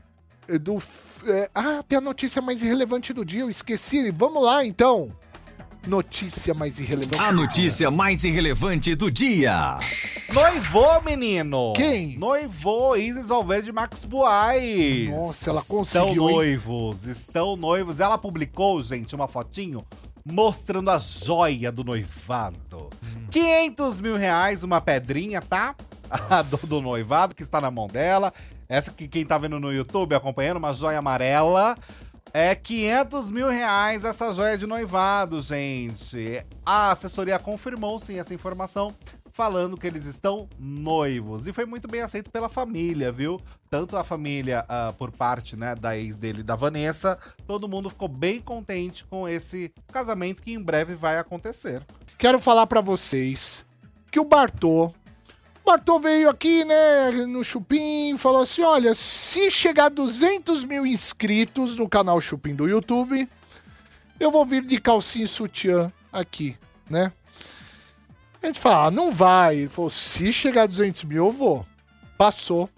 Speaker 3: é do, f- é, ah, tem a notícia mais irrelevante do dia. Eu esqueci. Vamos lá, então. Notícia mais irrelevante.
Speaker 1: A notícia mais irrelevante do dia.
Speaker 5: Noivou, menino!
Speaker 3: Quem?
Speaker 5: Noivou Isis Valverde e Marcos Buais.
Speaker 3: Nossa, ela
Speaker 5: Estão
Speaker 3: conseguiu, hein?
Speaker 5: noivos, estão noivos. Ela publicou, gente, uma fotinho mostrando a joia do noivado.
Speaker 3: Hum.
Speaker 5: 500 mil reais, uma pedrinha, tá? A do, do noivado que está na mão dela. Essa que quem tá vendo no YouTube acompanhando, uma joia amarela. É 500 mil reais essa joia de noivado, gente. A assessoria confirmou sim essa informação, falando que eles estão noivos. E foi muito bem aceito pela família, viu? Tanto a família ah, por parte né, da ex dele, da Vanessa. Todo mundo ficou bem contente com esse casamento que em breve vai
Speaker 3: *laughs*
Speaker 5: acontecer.
Speaker 3: Quero falar pra vocês que o Bartô. Bartô veio aqui, né, no Chupim, falou assim: olha, se chegar 200 mil inscritos no canal Chupim do YouTube, eu vou vir de calcinha e sutiã aqui, né? A gente fala, ah, não vai. Ele falou, se chegar 200 mil, eu vou. Passou.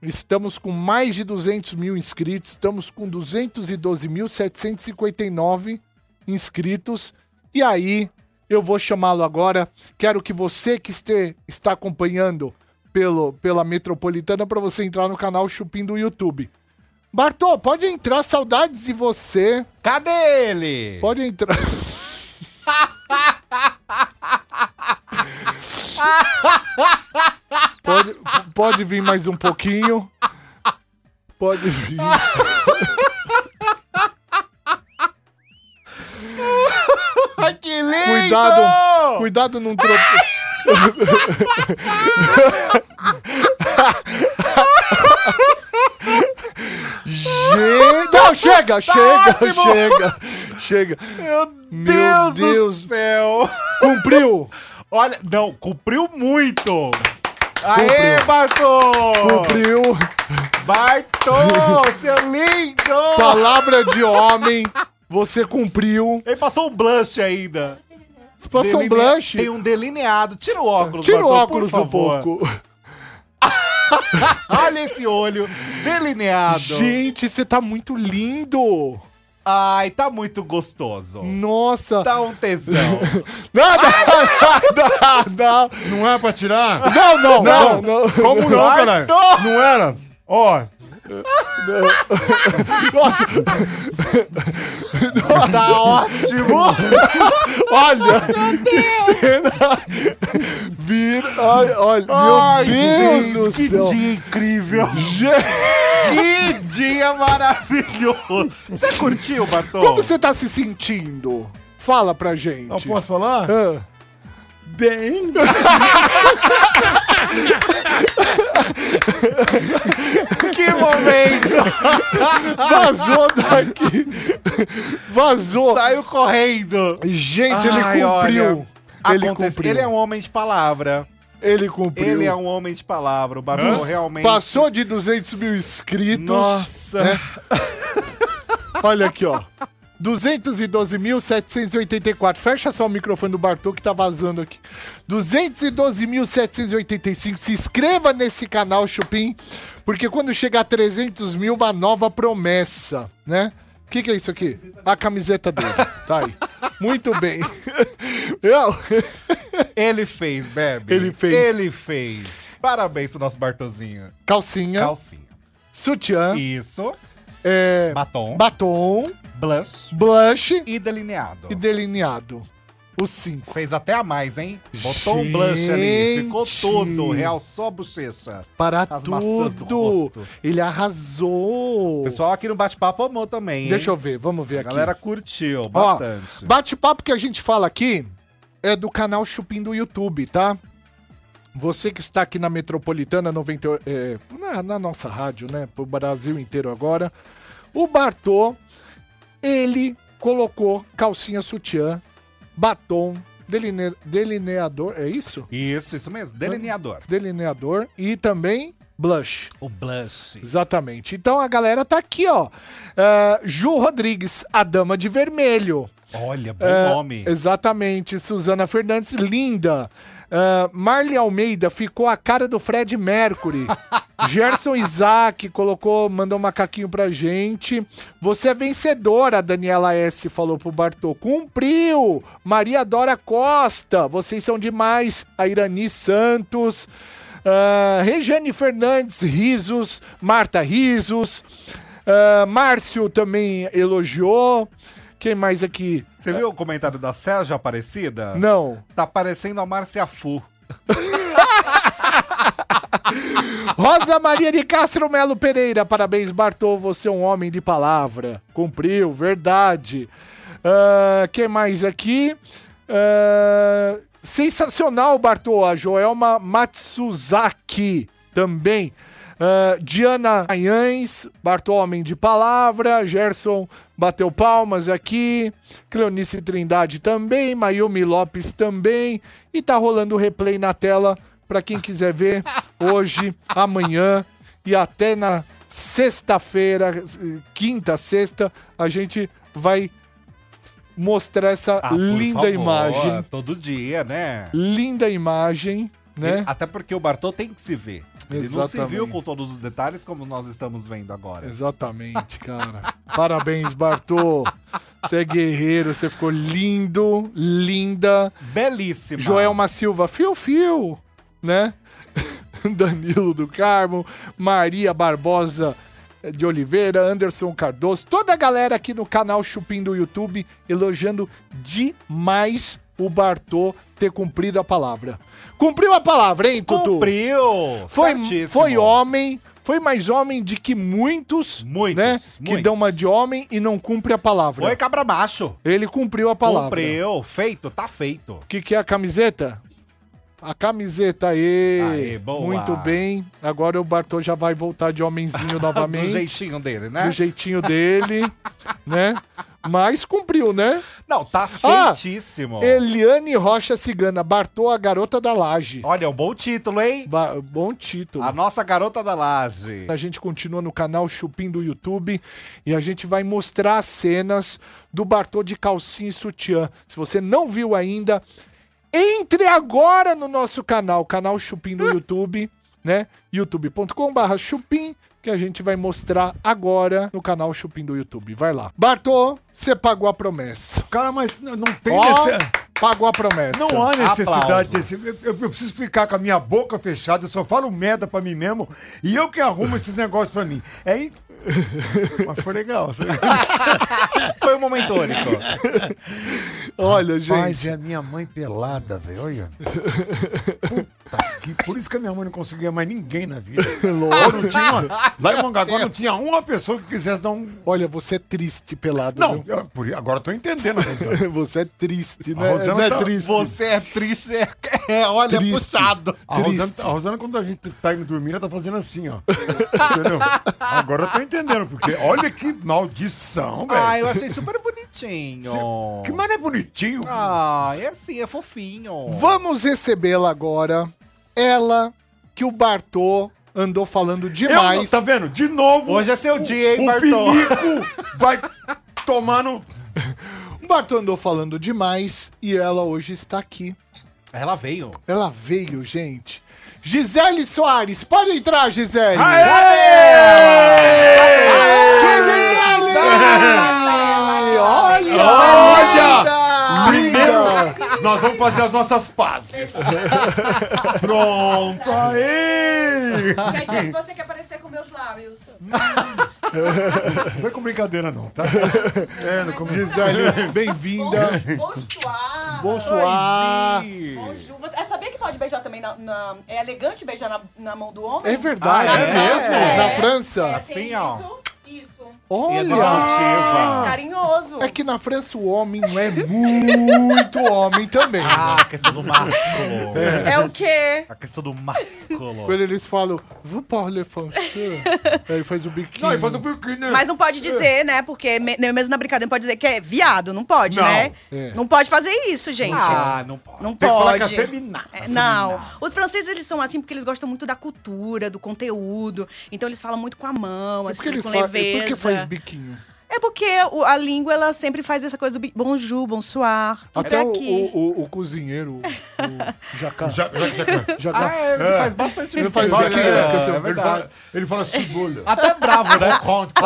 Speaker 3: Estamos com mais de 200 mil inscritos, estamos com 212.759 inscritos. E aí, eu vou chamá-lo agora. Quero que você que este, está acompanhando pelo, pela Metropolitana para você entrar no canal Chupim do YouTube. Bartô, pode entrar, saudades de você.
Speaker 5: Cadê ele?
Speaker 3: Pode entrar. pode, pode vir mais um pouquinho. Pode vir.
Speaker 5: Ai, que lindo!
Speaker 3: Cuidado, cuidado num trope... Gente, não, chega, chega, chega, chega. Meu
Speaker 5: Tá Meu Deus, do céu!
Speaker 3: Cumpriu,
Speaker 5: Olha, não, cumpriu muito! Aê,
Speaker 3: Cumpriu.
Speaker 5: Bartô!
Speaker 3: cumpriu.
Speaker 5: Bartô, seu lindo!
Speaker 3: Palavra de homem, você cumpriu.
Speaker 5: Ele passou um blush ainda.
Speaker 3: Passou um
Speaker 5: Deline-
Speaker 3: blush.
Speaker 5: Tem um delineado. Tira o óculos,
Speaker 3: Tira o
Speaker 5: Bartô, por
Speaker 3: óculos um
Speaker 5: favor.
Speaker 3: pouco.
Speaker 5: Olha esse olho delineado.
Speaker 3: Gente, você tá muito lindo.
Speaker 5: Ai, tá muito gostoso.
Speaker 3: Nossa.
Speaker 5: Tá um tesão.
Speaker 3: Não, não,
Speaker 11: Não é pra tirar?
Speaker 3: não, não, não, não, não,
Speaker 11: Como não, caralho? Não era? Ó,
Speaker 3: Nossa,
Speaker 5: tá *laughs* ótimo.
Speaker 3: olha. Que cena. Vira, olha, olha.
Speaker 5: Ai,
Speaker 3: meu Deus
Speaker 5: gente, que
Speaker 3: do céu.
Speaker 5: dia incrível. que dia maravilhoso. Você curtiu, Bartô?
Speaker 3: Como você tá se sentindo? Fala pra gente.
Speaker 4: Eu posso falar?
Speaker 3: Ah.
Speaker 4: Bem.
Speaker 5: Que
Speaker 3: *laughs*
Speaker 5: momento.
Speaker 3: Vazou
Speaker 5: *laughs*
Speaker 3: daqui. Vazou.
Speaker 5: Saiu correndo.
Speaker 3: Gente,
Speaker 5: Ai,
Speaker 3: ele cumpriu.
Speaker 5: olha,
Speaker 3: ele
Speaker 5: acontece-
Speaker 3: cumpriu.
Speaker 5: Ele é um homem de palavra.
Speaker 3: Ele cumpriu.
Speaker 5: Ele é um homem de palavra. O Bartô realmente...
Speaker 3: Passou É. de 200 mil inscritos.
Speaker 5: Nossa.
Speaker 3: Olha aqui, ó. 212.784. Fecha só o microfone do Bartô que tá vazando aqui. 212.785. Se inscreva nesse canal, Chupim, porque quando chegar a 300 mil, uma nova promessa, né? O que, que é isso aqui? A camiseta dele. Tá aí. Muito bem. Eu...
Speaker 5: Ele fez, Bebe.
Speaker 3: Ele fez.
Speaker 5: Ele fez. Parabéns pro nosso Bartozinho.
Speaker 3: Calcinha,
Speaker 5: Calcinha.
Speaker 3: sutiã,
Speaker 5: Isso.
Speaker 3: é,
Speaker 5: Batom.
Speaker 3: batom,
Speaker 5: blush.
Speaker 3: blush
Speaker 5: E delineado.
Speaker 3: e delineado. Os cinco.
Speaker 5: Fez até a mais, hein? Botou um
Speaker 3: Gente.
Speaker 5: blush ali. Ficou todo. Real, só a bochecha.
Speaker 3: Para
Speaker 5: As maçãs do
Speaker 3: tudo.
Speaker 5: rosto.
Speaker 3: Ele arrasou.
Speaker 5: O pessoal aqui no bate-papo amou também, hein?
Speaker 3: Deixa eu ver, vamos ver
Speaker 5: A
Speaker 3: aqui.
Speaker 5: galera curtiu
Speaker 3: Ó,
Speaker 5: bastante.
Speaker 3: bate-papo que a gente fala aqui é do canal Chupim do YouTube, tá? Você que está aqui na Metropolitana 98, é, na, na nossa rádio, né? Pro Brasil inteiro agora. O Bartô, ele colocou calcinha sutiã, batom, deline- delineador, é isso?
Speaker 5: Isso, isso mesmo. Delineador.
Speaker 3: Delineador e também blush.
Speaker 5: O blush.
Speaker 3: Exatamente. Então a galera tá aqui, ó. Ah, Ju Rodrigues, a dama de vermelho.
Speaker 5: Olha, bom
Speaker 3: É,
Speaker 5: nome.
Speaker 3: Exatamente. Suzana Fernandes, linda. Ah, Marli Almeida ficou a cara do Fred Mercury. Gerson Isaac colocou, mandou um macaquinho pra gente. Você é vencedora, a Daniela S. falou pro Bartô. Cumpriu! Maria Dora Costa, vocês são demais. A Irani Santos. ah, Regiane Fernandes, risos. Marta, risos. Ah, Márcio também elogiou. Quem mais aqui?
Speaker 5: Você viu o comentário da Sérgio Aparecida?
Speaker 3: Não.
Speaker 5: Tá parecendo a Márcia Fu.
Speaker 3: Rosa Maria de Castro Melo Pereira, parabéns, Bartô, você é um homem de palavra. Cumpriu, verdade. O que mais aqui? Ah, sensacional, Bartô, a Joelma Matsuzaki também. Ah, Diana Anhães, Bartô, homem de palavra. Gerson bateu palmas aqui. Cleonice Trindade também. Mayumi Lopes também. E tá rolando o replay na tela para quem quiser ver hoje, amanhã e até na sexta-feira, quinta, sexta, a gente vai mostrar essa
Speaker 5: Ah, por
Speaker 3: linda
Speaker 5: favor,
Speaker 3: imagem.
Speaker 5: Todo dia, né?
Speaker 3: Linda imagem Né?
Speaker 5: Ele- até porque o Bartô tem que se ver. Ele não se viu
Speaker 3: Exatamente.
Speaker 5: com todos os detalhes como nós estamos vendo agora.
Speaker 3: Exatamente, cara. Parabéns, Bartô. Você é guerreiro, você ficou lindo, linda.
Speaker 5: Belíssima.
Speaker 3: Joelma Silva, fio-fio, né? *laughs* Danilo do Carmo, Maria Barbosa de Oliveira, Anderson Cardoso, toda a galera aqui no canal Chupim do YouTube elogiando demais o Bartô ter cumprido a palavra. Cumpriu a palavra, hein, Tutu?
Speaker 5: Cumpriu!
Speaker 3: Foi,
Speaker 5: Certíssimo.
Speaker 3: foi homem, foi mais homem de que muitos, muitos né? Que
Speaker 5: muitos.
Speaker 3: dão uma de homem e não cumpre a palavra.
Speaker 5: Foi cabra macho.
Speaker 3: Ele cumpriu a palavra.
Speaker 5: Cumpriu. Feito, tá feito.
Speaker 3: O que, que é a camiseta? A camiseta aí.
Speaker 5: Aê, boa.
Speaker 3: Muito bem. Agora o Bartô já vai voltar de homenzinho novamente.
Speaker 5: *laughs* Do jeitinho dele, né?
Speaker 3: Do jeitinho dele, *laughs* né? Mas cumpriu, né?
Speaker 5: Não, tá feitíssimo.
Speaker 3: Eliane Rocha Cigana, Bartô, a garota da laje.
Speaker 5: Olha, um bom título, hein?
Speaker 3: bom título.
Speaker 5: A nossa garota da laje.
Speaker 3: A gente continua no canal Chupim do YouTube e a gente vai mostrar as cenas do Bartô de calcinha e sutiã. Se você não viu ainda, entre agora no nosso canal, canal Chupim do YouTube, né? youtube.com/barra chupim que a gente vai mostrar agora no canal Chupim do YouTube. Vai lá. Bartô, você pagou a promessa.
Speaker 4: Cara, mas não tem
Speaker 3: Ó,
Speaker 4: necess-
Speaker 3: Pagou a promessa.
Speaker 4: Não há necessidade
Speaker 3: Aplausos.
Speaker 4: desse. Eu, eu- eu preciso ficar com a minha boca fechada, eu só falo merda pra mim mesmo e eu que arrumo esses negócios pra mim. É. in- *laughs* Mas foi legal. sabe?
Speaker 5: Foi um momento único.
Speaker 3: Olha,
Speaker 4: Mas
Speaker 3: gente.
Speaker 4: é a minha mãe pelada, velho. Olha. Puta que. Por isso que a minha mãe não conseguia mais ninguém na vida. Louco. Não tinha uma... Lá em Mongaguá não tinha uma pessoa que quisesse dar um.
Speaker 3: Olha, você é triste pelado.
Speaker 4: Não,
Speaker 3: viu? *laughs*
Speaker 4: eu- por- agora eu tô entendendo, Rosana.
Speaker 3: Você é triste,
Speaker 4: A
Speaker 3: né?
Speaker 4: Rosana
Speaker 3: Não é
Speaker 4: tá-
Speaker 3: triste.
Speaker 5: Você é triste, é, é, olha,
Speaker 3: Triste.
Speaker 5: puxado.
Speaker 4: A Rosana,
Speaker 3: Triste.
Speaker 4: a Rosana, quando a gente tá indo dormir, ela tá fazendo assim, ó. Entendeu? Agora eu tô entendendo, porque olha que maldição, velho.
Speaker 5: Ah, eu achei super bonitinho.
Speaker 4: Que mais é bonitinho.
Speaker 5: Ah, é assim, é fofinho.
Speaker 3: Vamos recebê-la agora. Ela que o Bartô andou falando
Speaker 4: Eu não-
Speaker 3: demais.
Speaker 4: tá vendo? De novo.
Speaker 5: Hoje é seu dia, hein,
Speaker 4: o
Speaker 5: Bartô?
Speaker 4: Pinico vai tomar no.
Speaker 3: O Bartô andou falando demais e ela hoje está aqui.
Speaker 5: Ela veio.
Speaker 3: Ela veio, gente. Gisele Soares, pode entrar, Gisele. Gisele!
Speaker 4: Olha! Primeiro, nós vamos fazer as nossas pazes. Pronto, aí!
Speaker 12: Quer dizer que É tipo você quer aparecer com meus lábios.
Speaker 4: Não foi com brincadeira, não,
Speaker 3: *laughs*
Speaker 4: tá?
Speaker 12: É, não comi.
Speaker 3: Gisele, bem-vinda.
Speaker 12: Bonsoir.
Speaker 3: Bonsoir.
Speaker 12: Bonjour. Você- É, sabia que pode beijar também na... na- é elegante beijar na, na mão do homem?
Speaker 3: É verdade.
Speaker 5: Ah, é
Speaker 12: mesmo?
Speaker 3: Na França?
Speaker 12: É assim,
Speaker 5: Assim, ó.
Speaker 12: Isso, isso.
Speaker 3: Olha.
Speaker 5: Ah,
Speaker 12: Carinhoso.
Speaker 3: É que na França o homem não é muito homem também.
Speaker 5: Ah, a questão do másculo.
Speaker 12: É
Speaker 5: *laughs*
Speaker 12: o quê?
Speaker 5: A questão do másculo.
Speaker 3: Quando eles falam, vous parlez français? Aí faz o biquinho.
Speaker 4: Não, e faz um biquíni.
Speaker 12: Mas não pode dizer, né? Porque me- nem mesmo na brincadeira não pode dizer que é viado, não pode,
Speaker 4: Não.
Speaker 12: né?
Speaker 3: É.
Speaker 12: Não pode fazer isso, gente.
Speaker 5: Ah, não pode.
Speaker 12: Não
Speaker 4: Tem que falar
Speaker 12: pode.
Speaker 4: que é afeminado.
Speaker 12: É, Não. Os franceses, eles são assim porque eles gostam muito da cultura, do conteúdo. Então, eles falam muito com a mão,
Speaker 3: Por que
Speaker 12: assim,
Speaker 3: eles
Speaker 12: com
Speaker 3: fa-
Speaker 12: leveza.
Speaker 3: Por que faz biquinho?
Speaker 12: É porque o- a língua, ela sempre faz essa coisa do bi- bonjour, bonsoir, tudo
Speaker 3: Até o,
Speaker 12: Então é aqui.
Speaker 3: o, o- o cozinheiro, o, o jacá.
Speaker 4: Já, já, já,
Speaker 3: jacá.
Speaker 5: Ah, é, ele faz bastante
Speaker 3: Ele faz
Speaker 5: besteira.
Speaker 3: biquinho, esqueceu.
Speaker 4: um né? ele, fala, ele fala cebola.
Speaker 5: É Até bravo, né?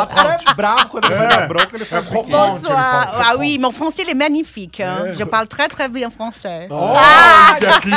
Speaker 5: Até bravo quando ele vai
Speaker 4: É.
Speaker 5: dar bronca, ele faz um biquinho.
Speaker 12: Bonsoir. Ah
Speaker 3: é
Speaker 12: oui, mon français il est magnifique. hein. Je parle très très bien français.
Speaker 4: Olha que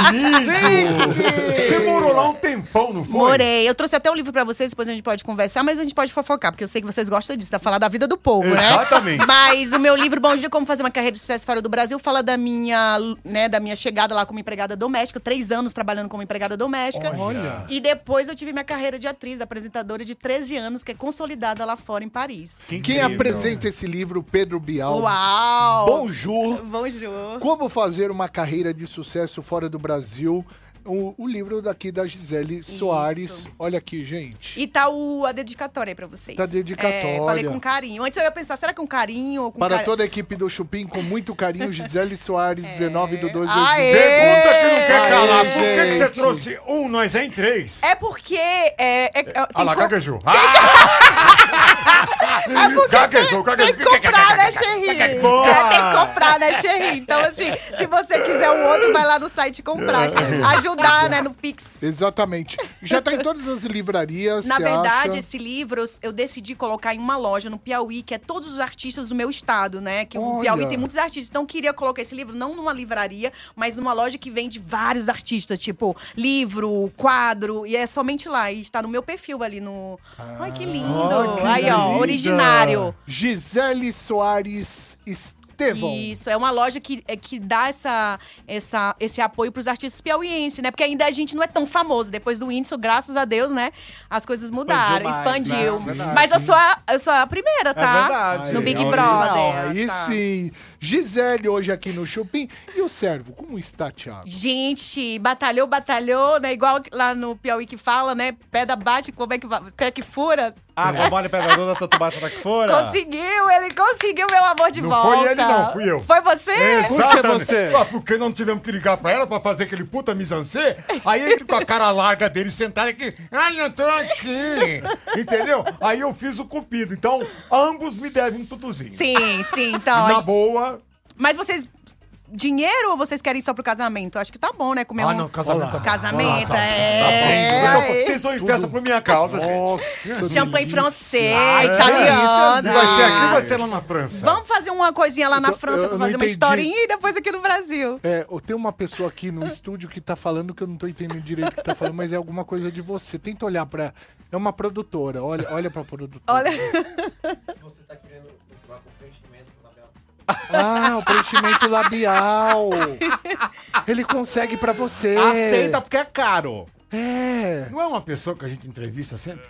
Speaker 4: lindo! Você morou lá um tempão, não foi?
Speaker 12: Morei. Eu trouxe até um livro pra vocês, depois a gente pode conversar, mas a gente pode fofocar, porque eu sei que vocês gostam disso, da falar da vida do povo,
Speaker 3: É.
Speaker 12: né?
Speaker 4: Exatamente.
Speaker 12: Mas o meu livro, Bom Dia, Como Fazer uma Carreira de Sucesso Fora do Brasil, fala da minha, né, da minha chegada lá como empregada doméstica, três anos trabalhando como empregada doméstica.
Speaker 3: Olha.
Speaker 12: E depois eu tive minha carreira de atriz, apresentadora de 13 anos, que é consolidada lá fora em Paris.
Speaker 3: Quem apresenta esse livro, Pedro Bial.
Speaker 12: Uau!
Speaker 3: Bonjour.
Speaker 12: Bonjour.
Speaker 3: Como fazer uma carreira de sucesso fora do Brasil. O, o livro daqui da Gisele Soares. Olha aqui, gente.
Speaker 12: E tá o, a dedicatória aí pra vocês.
Speaker 3: Tá dedicatória.
Speaker 12: É, falei com carinho. Antes eu ia pensar, será que um carinho ou com
Speaker 3: Para
Speaker 12: cari-
Speaker 3: toda a equipe do Chupim, com muito carinho, Gisele
Speaker 12: *laughs*
Speaker 3: Soares,
Speaker 12: É.
Speaker 3: 19 do 2 de
Speaker 12: Aê!
Speaker 4: Pergunta que não quer
Speaker 12: Aê,
Speaker 4: calar. Por que que você
Speaker 3: gente.
Speaker 4: trouxe um, nós é em três?
Speaker 12: É porque. É, é, é,
Speaker 4: Ah
Speaker 12: tem
Speaker 4: lá,
Speaker 12: co-
Speaker 4: gaguejou. Ah,
Speaker 12: é porque
Speaker 4: Gaguejou,
Speaker 12: tem
Speaker 4: gaguejou.
Speaker 12: que comprar, né, Xerri? É, tem que comprar, né, Xerri? Então, assim, se você quiser o outro, vai lá no site comprar. Ajudar, né, no Pix.
Speaker 3: Exatamente. Já tá em todas as livrarias.
Speaker 12: Na
Speaker 3: você
Speaker 12: verdade,
Speaker 3: acha?
Speaker 12: esse livro eu- eu decidi colocar em uma loja no Piauí, que é todos os artistas do meu estado, né? Que o
Speaker 13: Olha.
Speaker 12: Piauí tem muitos artistas. Então, eu queria colocar esse livro não numa livraria, mas numa loja que vende vários artistas, tipo livro, quadro, e é somente lá. E está no meu perfil ali no. Ai, que lindo!
Speaker 3: Ó, Ah, que
Speaker 12: Aí, ó,
Speaker 3: linda.
Speaker 12: originário.
Speaker 3: Gisele Soares Estevão.
Speaker 12: Isso, é uma loja que, é, que dá essa, essa, esse apoio pros artistas piauienses, né? Porque ainda a gente não é tão famoso. Depois do Whindersson, graças a Deus, né? As coisas mudaram,
Speaker 3: mais,
Speaker 12: expandiu.
Speaker 3: né? Sim,
Speaker 12: Mas eu
Speaker 3: sim.
Speaker 12: sou, a, eu sou a
Speaker 11: É
Speaker 12: primeira, tá? No
Speaker 3: Aí,
Speaker 12: Big
Speaker 3: é original.
Speaker 12: Brother.
Speaker 3: Aí
Speaker 12: tá.
Speaker 3: sim. Gisele hoje aqui no Chupim. E o servo, como está, Thiago?
Speaker 12: Gente, batalhou, batalhou, né? Igual lá no Piauí que fala, né? Pedra bate, como é que va- até que fura?
Speaker 5: Ah,
Speaker 11: tá
Speaker 5: combate pegadora, tanto bate até que fora.
Speaker 12: Conseguiu, ele conseguiu meu amor de
Speaker 11: Não
Speaker 12: volta.
Speaker 11: foi ele, não, fui eu.
Speaker 12: Foi você?
Speaker 11: Exatamente. Ah, porque não tivemos que ligar pra ela pra fazer aquele puta misancê? Aí ele com a cara larga dele sentado aqui. Ai, eu tô aqui. *laughs* Entendeu? Aí eu fiz o cupido. Então, ambos me devem um tutuzinho.
Speaker 12: Sim, sim, então.
Speaker 11: Na
Speaker 12: acho-
Speaker 11: boa.
Speaker 12: Mas vocês. Dinheiro ou vocês querem só pro casamento? Acho que tá bom, né? Comer
Speaker 11: Ah,
Speaker 12: um.
Speaker 11: não, casamento tá bom.
Speaker 12: Casamento,
Speaker 11: Nossa,
Speaker 12: é.
Speaker 11: tá bom. Então, vocês vão em festa por minha causa,
Speaker 12: Nossa,
Speaker 11: gente.
Speaker 12: Champanhe francês,
Speaker 11: Ah, é?
Speaker 12: italiana.
Speaker 11: Vai ser aqui, vai ser lá na França.
Speaker 12: Vamos fazer uma coisinha lá na
Speaker 3: Então, eu
Speaker 12: França pra
Speaker 3: não
Speaker 12: fazer uma
Speaker 3: entendi.
Speaker 12: historinha e depois aqui no Brasil.
Speaker 3: É, eu tenho uma pessoa aqui no estúdio que tá falando que eu não tô entendendo direito o que tá falando, mas é alguma coisa de você. Tenta olhar pra. É uma produtora. Olha, olha pra produtora.
Speaker 12: Olha.
Speaker 3: Ah, o preenchimento
Speaker 12: *laughs*
Speaker 3: labial. Ele consegue pra você.
Speaker 11: Aceita porque é caro.
Speaker 3: É.
Speaker 11: Não é uma pessoa que a gente entrevista sempre?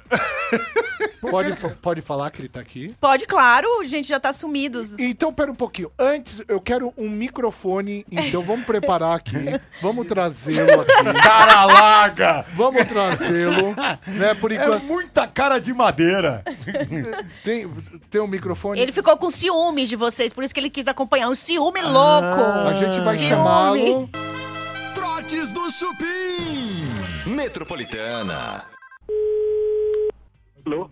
Speaker 3: Pode, fa- pode falar que ele tá aqui?
Speaker 12: Pode, claro, gente, já tá sumidos.
Speaker 3: Então, pera um pouquinho. Antes, eu quero um microfone, então vamos preparar aqui. Vamos trazê-lo aqui.
Speaker 11: Cara larga!
Speaker 3: Vamos trazê-lo. Né, por enquanto.
Speaker 11: É muita cara de madeira.
Speaker 3: Tem, tem um microfone?
Speaker 12: Ele ficou com ciúmes de vocês, por isso que ele quis acompanhar. Um
Speaker 11: Ah.
Speaker 12: ciúme louco.
Speaker 3: A gente vai
Speaker 12: Ciúme.
Speaker 3: chamá-lo.
Speaker 1: Trotes do Chupim. Metropolitana.
Speaker 14: Alô?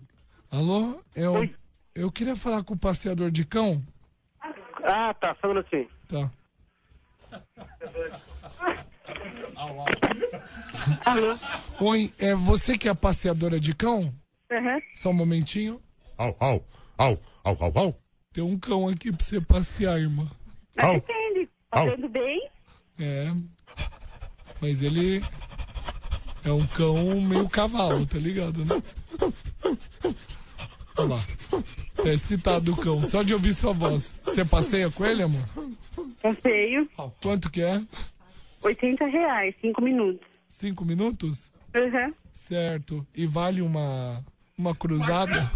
Speaker 14: Alô? Eu, eu queria falar com o pasteador de cão.
Speaker 15: Ah, tá, só um minutinho.
Speaker 14: Tá.
Speaker 15: Alô?
Speaker 14: Oi, é você que é a pasteadora de cão?
Speaker 15: Uhum.
Speaker 14: Só um momentinho. Au, au, au, au, au, au. Tem um cão aqui pra você passear, irmã.
Speaker 15: Mas depende. Tá
Speaker 14: Au.
Speaker 15: tudo bem?
Speaker 14: É. Mas ele é um cão meio cavalo, tá ligado, né? Olha lá. É citado o cão, só de ouvir sua voz. Você passeia com ele, amor?
Speaker 15: é Passeio.
Speaker 14: Quanto que é?
Speaker 15: 80 reais, 5 minutos.
Speaker 14: Cinco minutos?
Speaker 15: Uhum.
Speaker 14: Certo. E vale uma, uma cruzada?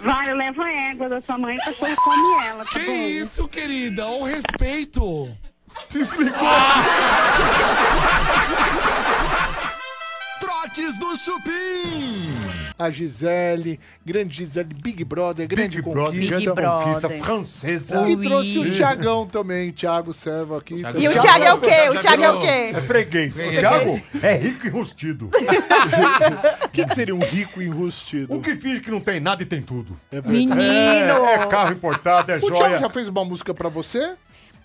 Speaker 15: Vai, eu levo a égua da sua mãe e o cachorro come ela, tá
Speaker 14: Que
Speaker 15: bom?
Speaker 14: isso, querida? Olha o respeito!
Speaker 11: Desligou!
Speaker 1: Trotes do Chupim.
Speaker 3: A Gisele, grande Gisele, Big Brother, grande
Speaker 11: Brother,
Speaker 3: conquista.
Speaker 11: grande Big conquista Brother. francesa.
Speaker 3: E
Speaker 11: Ui.
Speaker 3: trouxe o Tiagão também, Thiago Servo aqui.
Speaker 12: E o Thiago é o quê? O Thiago é o quê?
Speaker 11: É freguês. O
Speaker 3: Freguês.
Speaker 11: Thiago é rico e enrustido.
Speaker 3: O que, que seria um rico enrustido?
Speaker 11: Um que finge que não tem nada e tem tudo. É
Speaker 3: verdade. Menino!
Speaker 11: É, é carro importado, é
Speaker 3: O Thiago
Speaker 11: joia.
Speaker 3: já fez uma música pra você?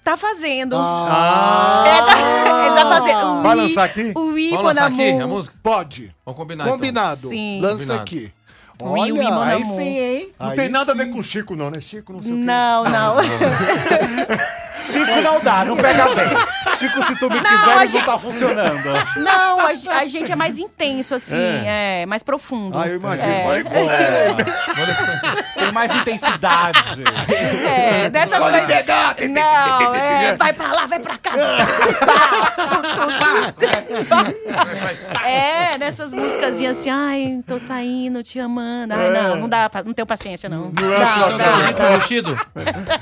Speaker 12: Tá fazendo.
Speaker 11: Ah.
Speaker 12: É, tá- ele tá fazendo. o
Speaker 11: Vai
Speaker 12: i-
Speaker 11: lançar aqui?
Speaker 12: O
Speaker 11: Vamos
Speaker 12: ícone
Speaker 11: lançar
Speaker 12: amor.
Speaker 11: aqui a música?
Speaker 3: Pode.
Speaker 16: Vamos combinar. então.
Speaker 3: Combinado.
Speaker 12: Sim.
Speaker 3: Lança
Speaker 16: Combinado.
Speaker 3: aqui.
Speaker 12: Ui, ui,
Speaker 3: Olha,
Speaker 12: mamãe,
Speaker 3: aí
Speaker 12: amor.
Speaker 3: sim, hein?
Speaker 11: Não tem nada a ver com Chico, não, né? Chico não sei o quê.
Speaker 12: Não, não.
Speaker 11: Chico não dá, não pega *laughs* bem. Chico, se tu me
Speaker 12: Não,
Speaker 11: quiser,
Speaker 12: a
Speaker 11: ele não
Speaker 12: gente-
Speaker 11: tá funcionando.
Speaker 12: Não, a, ge- a gente é mais intenso, assim, é,
Speaker 11: É.
Speaker 12: mais profundo.
Speaker 11: Ah, eu imagino.
Speaker 12: É.
Speaker 11: Vai embora.
Speaker 5: Tem mais intensidade.
Speaker 12: É, dessas
Speaker 5: Pode
Speaker 12: coisas.
Speaker 5: pegar.
Speaker 12: Não, é, vai pra lá, vai pra cá. é, nessas musicazinhas assim, ai, tô saindo, te amando. Ai, não, não dá, pra- não tenho paciência, não.
Speaker 16: Não é assim, não,
Speaker 12: um
Speaker 16: não, rico ruxido?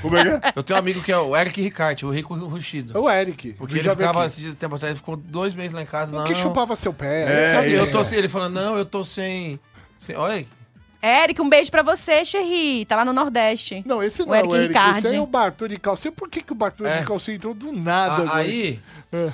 Speaker 11: Como é
Speaker 16: Eu tenho um amigo que é o Eric Ricarte, o rico ruxido.
Speaker 3: É O Eric.
Speaker 16: Porque
Speaker 3: ele
Speaker 16: ele
Speaker 3: já veio
Speaker 16: ficava
Speaker 3: aqui.
Speaker 16: esse dia, tempo atrás, ele ficou dois meses lá em casa.
Speaker 3: O
Speaker 11: assim,
Speaker 16: Não,
Speaker 11: ah.
Speaker 3: que chupava seu pé?
Speaker 16: É,
Speaker 3: sabe?
Speaker 16: eu tô sem. Ele falando, não, eu tô sem. sem olha,
Speaker 12: Eric, um beijo pra você, Xerri. Tá lá no Nordeste.
Speaker 3: Não, esse não
Speaker 12: o Eric
Speaker 3: é o Eric,
Speaker 12: Ricardi.
Speaker 3: esse é o Bartô de Calcinha. Por que, que o Bartô
Speaker 16: É.
Speaker 3: de Calcinha entrou do
Speaker 11: Ah,
Speaker 3: nada?
Speaker 16: a-
Speaker 3: agora?
Speaker 16: aí.
Speaker 11: É.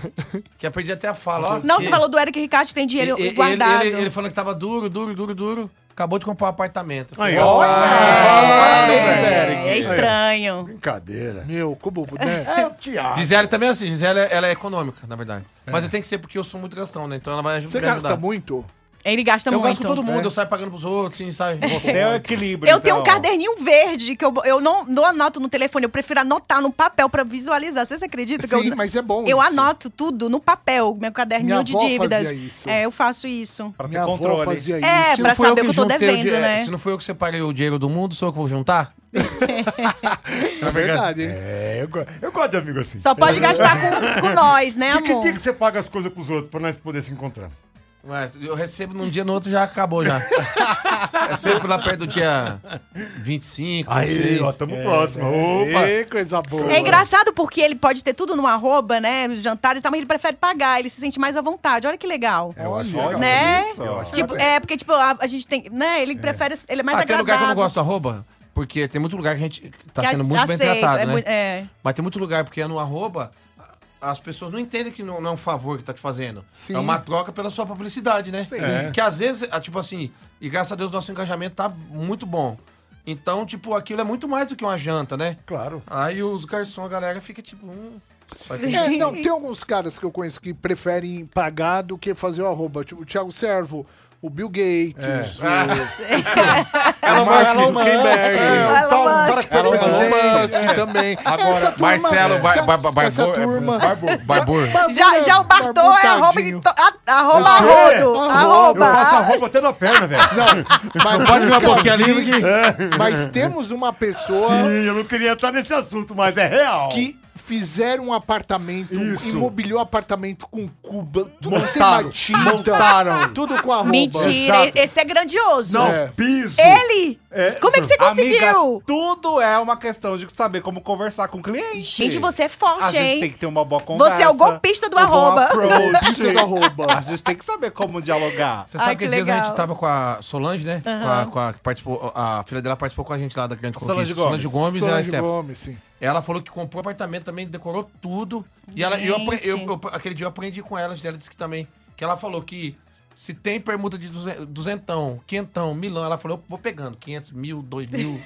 Speaker 16: que eu perdi até a fala. ó,
Speaker 12: Não,
Speaker 16: que-
Speaker 12: você falou do Eric Ricardi, tem dinheiro
Speaker 16: E- e-
Speaker 12: guardado.
Speaker 16: Ele, ele, ele falando que tava duro, duro, duro, duro. Acabou de comprar um apartamento.
Speaker 3: Aí,
Speaker 16: Falei,
Speaker 3: ó.
Speaker 16: "Olha,
Speaker 11: Ah,
Speaker 3: É,
Speaker 16: parabéns, Eric."
Speaker 3: é estranho.
Speaker 4: Brincadeira.
Speaker 3: Meu, cubo, né?
Speaker 16: É o Gisele também é assim. Gisele, é- ela é econômica, na verdade. Mas eu tenho que ser porque eu sou muito gastão, né? Então ela vai
Speaker 3: Você
Speaker 16: me
Speaker 3: gasta
Speaker 16: ajudar.
Speaker 3: muito?
Speaker 12: Ele gasta
Speaker 16: eu
Speaker 12: muito.
Speaker 16: gasto com todo mundo,
Speaker 12: É.
Speaker 16: eu saio pagando pros outros, assim, sabe?
Speaker 12: Você é o
Speaker 5: equilíbrio. então.
Speaker 12: Eu tenho um caderninho verde que eu, eu não, não anoto no telefone, eu prefiro anotar no papel pra visualizar. Vocês acreditam que
Speaker 3: Sim,
Speaker 12: eu.
Speaker 3: mas é bom
Speaker 12: Eu
Speaker 3: isso.
Speaker 12: anoto tudo no papel, meu caderninho
Speaker 3: Minha
Speaker 12: de
Speaker 3: avó fazia
Speaker 12: dívidas.
Speaker 3: isso.
Speaker 12: É, eu faço isso.
Speaker 5: Pra
Speaker 3: ter Minha avó controle. fazia
Speaker 12: É,
Speaker 16: Se não
Speaker 12: pra
Speaker 16: fui
Speaker 12: saber o
Speaker 16: que
Speaker 12: que eu tô
Speaker 16: juntei o
Speaker 12: devendo,
Speaker 16: dinheiro-
Speaker 12: né?
Speaker 16: Se não foi eu que separei o dinheiro do mundo, sou eu que vou juntar?
Speaker 4: É
Speaker 3: verdade,
Speaker 4: hein? É, eu, go- eu gosto de amigo assim.
Speaker 12: Só pode gastar com, com nós,
Speaker 5: *laughs*
Speaker 12: né,
Speaker 4: Que, que
Speaker 12: amor?
Speaker 4: dia que você paga as coisas pros outros pra nós poder se encontrar?
Speaker 16: Mas eu recebo num dia, no outro já acabou já. é sempre lá perto do dia 25,
Speaker 4: Aí,
Speaker 16: 26.
Speaker 4: ó, tamo
Speaker 16: É,
Speaker 4: próximo.
Speaker 16: é.
Speaker 4: Assim, Opa!
Speaker 3: Ê, coisa boa.
Speaker 12: É engraçado porque ele pode ter tudo no arroba, né? Os jantares e tal, mas ele prefere pagar, ele se sente mais à vontade. Olha que legal.
Speaker 4: Eu acho
Speaker 16: Olha,
Speaker 12: né?
Speaker 16: isso, eu acho
Speaker 12: Tipo,
Speaker 16: legal.
Speaker 12: é, porque, tipo, a, a gente tem. Né? Ele prefere. Ele é mais
Speaker 16: Ah, tem
Speaker 12: agradável.
Speaker 16: lugar que eu não gosto arroba, porque tem muito lugar que a gente tá
Speaker 12: Que
Speaker 16: sendo
Speaker 12: a-
Speaker 16: muito bem
Speaker 12: aceita,
Speaker 16: tratado,
Speaker 12: é
Speaker 16: né?
Speaker 12: muito- é.
Speaker 16: Mas tem muito lugar, porque é no arroba, a- as pessoas não entendem que não, não é um favor que tá te fazendo.
Speaker 5: Sim.
Speaker 16: É uma troca pela sua publicidade, né?
Speaker 5: Sim. É.
Speaker 16: Que às vezes, ah, tipo assim, e graças a Deus nosso engajamento tá muito bom. Então, tipo, aquilo é muito mais do que uma janta, né?
Speaker 4: Claro.
Speaker 16: Aí os garçons, a galera fica tipo... Hum, só que-
Speaker 12: *laughs*
Speaker 3: É,
Speaker 16: *laughs*
Speaker 3: não, tem alguns caras que eu conheço que preferem pagar do que fazer o arroba. Tipo, o Thiago Servo, o Bill Gates,
Speaker 16: É.
Speaker 3: o...
Speaker 16: Elon
Speaker 3: Mark
Speaker 16: Musk,
Speaker 3: Zuckerberg.
Speaker 16: é,
Speaker 3: o tal,
Speaker 16: Elon
Speaker 3: um cara que foi
Speaker 16: Musk.
Speaker 3: presidente
Speaker 16: Elon Musk, é.
Speaker 3: também.
Speaker 16: Agora,
Speaker 3: Essa turma-
Speaker 16: Marcelo Bar-
Speaker 3: essa-
Speaker 16: Bar- Bar-
Speaker 3: essa
Speaker 16: Bar-
Speaker 3: turma-
Speaker 16: Barbur.
Speaker 12: Já, já o Bartô
Speaker 3: um
Speaker 12: é arroba. em to- a- Arroba
Speaker 4: O quê?
Speaker 12: arrodo. Arroba.
Speaker 4: Eu faço arroba até na perna, velho.
Speaker 3: Não,
Speaker 4: não pode ver uma boquinha livre que...
Speaker 3: Mas temos uma pessoa...
Speaker 4: Sim, eu não queria entrar nesse assunto, mas é real.
Speaker 3: que fizeram um apartamento,
Speaker 4: Isso.
Speaker 3: imobiliou um apartamento com cuba, tudo
Speaker 4: Montaram,
Speaker 3: sem tinta,
Speaker 4: montaram.
Speaker 3: tudo com arroba.
Speaker 12: Mentira,
Speaker 3: Exato.
Speaker 12: esse é grandioso.
Speaker 3: Não,
Speaker 5: É.
Speaker 4: piso.
Speaker 12: Ele? Como é que você conseguiu?
Speaker 5: Amiga, tudo é uma questão de saber como conversar com o cliente.
Speaker 12: Gente, você é forte,
Speaker 5: A gente
Speaker 12: hein?
Speaker 5: tem que ter uma boa conversa.
Speaker 12: Você é o golpista do
Speaker 5: um bom
Speaker 12: arroba.
Speaker 5: approach.
Speaker 12: Golpista do
Speaker 3: arroba.
Speaker 5: A gente tem que saber como dialogar.
Speaker 16: Você sabe que, às vezes a gente
Speaker 5: tá...
Speaker 16: tava com a Solange, né?
Speaker 5: Aham.
Speaker 16: Com a, com a que participou, a filha dela participou com a gente lá da Grande Conquista.
Speaker 5: Solange
Speaker 16: Solange
Speaker 5: Gomes.
Speaker 16: Gomes, e a
Speaker 5: Solange
Speaker 16: Steph.
Speaker 5: Gomes,
Speaker 3: sim.
Speaker 16: Ela falou que comprou apartamento também, decorou tudo. E ela, eu, apre- eu, eu- aquele dia eu aprendi com ela, ela disse que também, que ela falou que se tem permuta de duze- duzentão, quentão, milão, ela falou, eu vou pegando, 500, mil, dois
Speaker 12: *laughs*
Speaker 16: mil.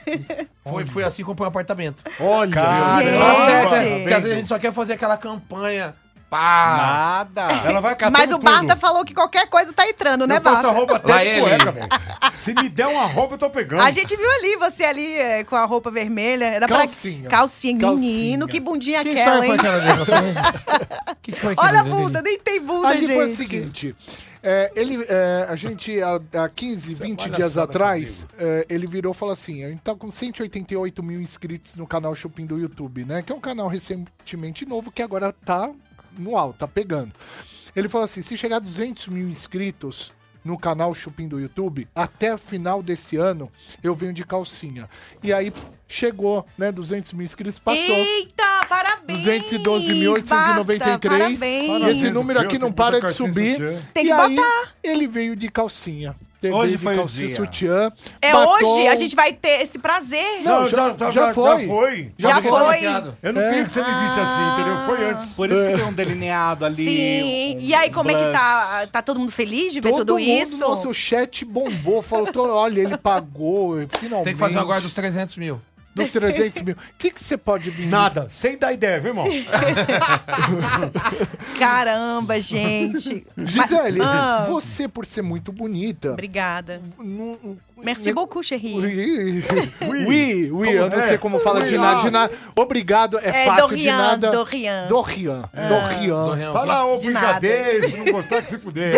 Speaker 16: foi, foi assim que comprou um apartamento.
Speaker 3: Olha!
Speaker 12: Ah,
Speaker 4: Gente!
Speaker 16: Tá certo, né?
Speaker 4: Gente!
Speaker 16: Porque às vezes a gente só quer fazer aquela campanha, pá.
Speaker 5: Nada.
Speaker 4: Ela vai catando
Speaker 12: Mas o
Speaker 4: tudo.
Speaker 12: Barta falou que qualquer coisa tá entrando, né,
Speaker 4: Eu faço
Speaker 12: Barta?
Speaker 4: arroba
Speaker 16: Lá
Speaker 4: até de
Speaker 16: ele.
Speaker 4: cueca, velho. Se me der um arroba, eu tô pegando.
Speaker 12: A gente viu ali, você ali é, com a roupa vermelha. Era pra-
Speaker 4: Calcinha.
Speaker 12: Calcinha.
Speaker 4: Calcinha.
Speaker 12: Menino, que bundinha
Speaker 16: Quem
Speaker 12: aquela,
Speaker 16: sabe foi
Speaker 12: hein?
Speaker 16: aquela ali? Que foi aquilo
Speaker 12: Olha a
Speaker 16: ali?
Speaker 12: bunda, nem tem bunda,
Speaker 3: Ali
Speaker 12: gente.
Speaker 3: foi o seguinte. é, ele, é, a gente, há, há 15, 20 dias
Speaker 12: palhaçada
Speaker 3: atrás, é, ele virou e falou assim: a gente tá com 188 mil inscritos no canal Shopping do YouTube, né? Que é um canal recentemente novo que agora tá no alto, tá pegando. Ele falou assim: se chegar a 200 mil inscritos no canal Shopping do YouTube, até o final desse ano, eu venho de calcinha. E aí chegou, né? 200 mil inscritos, passou.
Speaker 12: Eita, parabéns!
Speaker 3: 212.893.
Speaker 12: Bata, parabéns.
Speaker 3: E esse número aqui não
Speaker 4: Meu, tem
Speaker 3: para
Speaker 4: muita
Speaker 3: de
Speaker 4: calcinha
Speaker 3: subir.
Speaker 4: sutiã.
Speaker 12: Tem
Speaker 3: E
Speaker 12: que
Speaker 3: aí,
Speaker 12: botar.
Speaker 3: Ele veio de calcinha. Ele
Speaker 4: Hoje
Speaker 3: veio de
Speaker 4: foi o
Speaker 3: calcinha
Speaker 4: dia.
Speaker 3: sutiã.
Speaker 12: É
Speaker 3: batom.
Speaker 12: hoje, a gente vai ter esse prazer.
Speaker 3: Não, Não, já- já- já foi.
Speaker 4: Já foi.
Speaker 12: Já Ah.
Speaker 4: fiquei
Speaker 12: foi.
Speaker 4: maquiado. Eu não queria que você me visse assim, entendeu? Foi antes. É.
Speaker 5: Por isso que tem um delineado ali.
Speaker 12: Sim.
Speaker 5: um
Speaker 12: e aí, como é que
Speaker 5: blush.
Speaker 12: tá? Tá todo mundo feliz de ver
Speaker 3: Todo
Speaker 12: tudo
Speaker 3: mundo,
Speaker 12: isso?
Speaker 3: Nossa, o chat bombou. Falou, tô- olha, ele pagou, finalmente.
Speaker 16: Tem que fazer agora dos 300 mil.
Speaker 3: Dos 300 mil. O que que você pode vir?
Speaker 4: Nada, sem dar ideia, viu, irmão?
Speaker 12: Caramba, gente. *laughs*
Speaker 3: Gisele,
Speaker 12: Mas- Ah,
Speaker 3: você, por ser muito bonita...
Speaker 12: Obrigada. Merci
Speaker 3: ne-
Speaker 12: beaucoup, chérie.
Speaker 3: Ui, ui, ui, eu
Speaker 12: Como
Speaker 3: não
Speaker 12: é?
Speaker 3: sei como fala de
Speaker 12: Ui,
Speaker 3: nada,
Speaker 12: ah.
Speaker 3: de nada. Obrigado, é,
Speaker 12: É,
Speaker 3: fácil de
Speaker 12: Dorian,
Speaker 3: nada.
Speaker 12: Dorian.
Speaker 3: Dorian,
Speaker 4: É.
Speaker 3: Dorian.
Speaker 4: Fala, ô,
Speaker 12: De nada.
Speaker 4: brincadeira, se não gostar, que se fuder.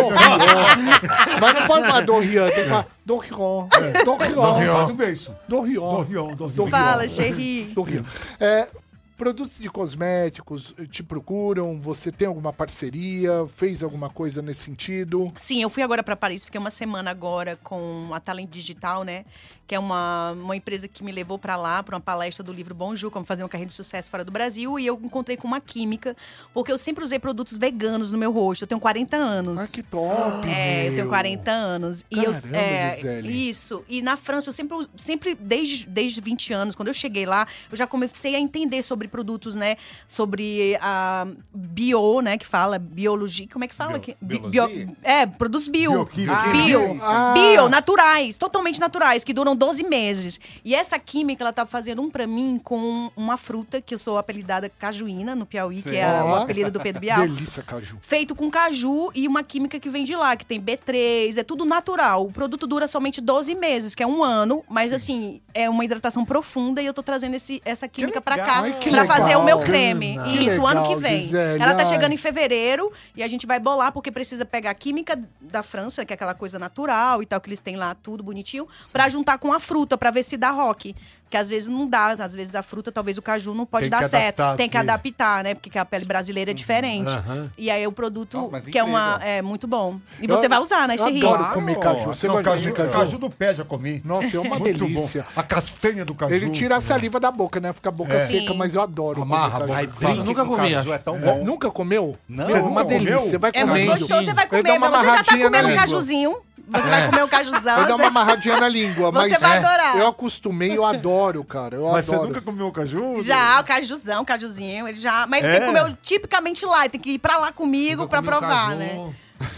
Speaker 3: Mas não pode falar Dorian, tem que falar Dorian,
Speaker 4: Faz um
Speaker 3: Dorian,
Speaker 4: beijo.
Speaker 3: Dorian.
Speaker 4: Dorian, Dorian.
Speaker 12: Fala, chérie.
Speaker 3: Dorian. É, produtos de cosméticos eh, te procuram? Você tem alguma parceria? Fez alguma coisa nesse sentido?
Speaker 12: Sim, eu fui agora para Paris, fiquei uma semana agora com a Talent Digital, né? Que é uma, uma empresa que me levou para lá, para uma palestra do livro Bonjour, como fazer uma carreira de sucesso fora do Brasil. E eu encontrei com uma química, porque eu sempre usei produtos veganos no meu rosto. Eu tenho 40 anos.
Speaker 3: Ah, que top!
Speaker 12: É, eu tenho
Speaker 3: meu.
Speaker 12: 40 anos. E eu,
Speaker 3: Caramba,
Speaker 12: é,
Speaker 3: Gisele.
Speaker 12: Isso. E na França, eu sempre, sempre desde, desde 20 anos, quando eu cheguei lá, eu já comecei a entender sobre sobre produtos, né? Sobre a bio, né? Que fala biologia. Como é que fala? aqui? Bi-
Speaker 2: biologia?
Speaker 12: é, produtos bio.
Speaker 2: Bioquímica.
Speaker 12: Ah, bio.
Speaker 2: Bio. Ah.
Speaker 12: Bio, naturais. Totalmente naturais, que duram 12 meses. E essa química, ela tá fazendo um pra mim com uma fruta, que eu sou apelidada cajuína no Piauí, que é a- o apelido do Pedro Bial
Speaker 3: Delícia, Caju.
Speaker 12: feito com caju e uma química que vem de lá, que tem B3, é tudo natural. O produto dura somente 12 meses, que é um ano, mas assim, é uma hidratação profunda e eu tô trazendo esse, essa química pra cá
Speaker 2: Ai, que
Speaker 12: pra fazer
Speaker 2: legal,
Speaker 12: o meu
Speaker 2: Ana.
Speaker 12: creme.
Speaker 2: Que
Speaker 12: Isso, o ano que
Speaker 2: legal,
Speaker 12: vem.
Speaker 2: Gisele,
Speaker 12: Ela tá
Speaker 2: ai.
Speaker 12: chegando em fevereiro e a gente vai bolar porque precisa pegar a química da França, que é aquela coisa natural e tal que eles têm lá tudo bonitinho, pra juntar com a fruta pra ver se dá rock. Porque às vezes não dá, às vezes a fruta, talvez o caju não pode
Speaker 13: Tem
Speaker 12: dar
Speaker 13: que
Speaker 12: certo.
Speaker 13: adaptar, às
Speaker 12: Tem que
Speaker 13: vezes.
Speaker 12: adaptar, né? Porque a pele brasileira é diferente.
Speaker 13: Aham.
Speaker 12: E aí o produto,
Speaker 13: mas
Speaker 12: que é uma.
Speaker 13: incrível.
Speaker 12: É muito bom. E
Speaker 11: Eu
Speaker 12: você
Speaker 11: adoro-
Speaker 12: vai usar, né,
Speaker 11: eu
Speaker 12: Xerri?
Speaker 11: adoro comer caju. Você
Speaker 4: Não,
Speaker 11: gosta de
Speaker 5: é
Speaker 4: caju-
Speaker 11: caju?
Speaker 4: caju
Speaker 11: do pé já comi.
Speaker 3: Nossa, é uma
Speaker 11: Muito bom.
Speaker 3: delícia.
Speaker 11: A castanha do caju.
Speaker 3: Ele tira a saliva da boca, né? Fica a boca
Speaker 11: É.
Speaker 3: seca,
Speaker 11: Sim.
Speaker 3: mas eu adoro. tá
Speaker 11: Amarra a
Speaker 3: comer caju.
Speaker 11: boca. Ai, drink Nunca com comi, caju acho. é tão bom.
Speaker 3: Nunca comeu?
Speaker 11: Não.
Speaker 3: Você é uma
Speaker 11: Nunca comeu?
Speaker 3: delícia. Você vai
Speaker 11: É
Speaker 3: comer.
Speaker 11: muito
Speaker 12: Gostoso, você vai
Speaker 3: Eu dou
Speaker 12: comer,
Speaker 3: uma
Speaker 12: mas você já tá
Speaker 3: amarradinha na
Speaker 12: comendo um
Speaker 3: língua.
Speaker 12: cajuzinho. Você
Speaker 3: É.
Speaker 12: vai comer o cajuzão.
Speaker 3: Eu dou
Speaker 12: você-
Speaker 3: uma amarradinha na língua, mas
Speaker 12: Você vai adorar.
Speaker 3: eu acostumei, eu adoro, cara. Eu
Speaker 11: Mas você
Speaker 3: adoro.
Speaker 11: nunca comeu caju?
Speaker 12: Já, o cajuzão, o cajuzinho, ele já. Mas ele
Speaker 3: É?
Speaker 12: tem que comer o tipicamente lá, ele tem que ir pra lá comigo pra provar, né?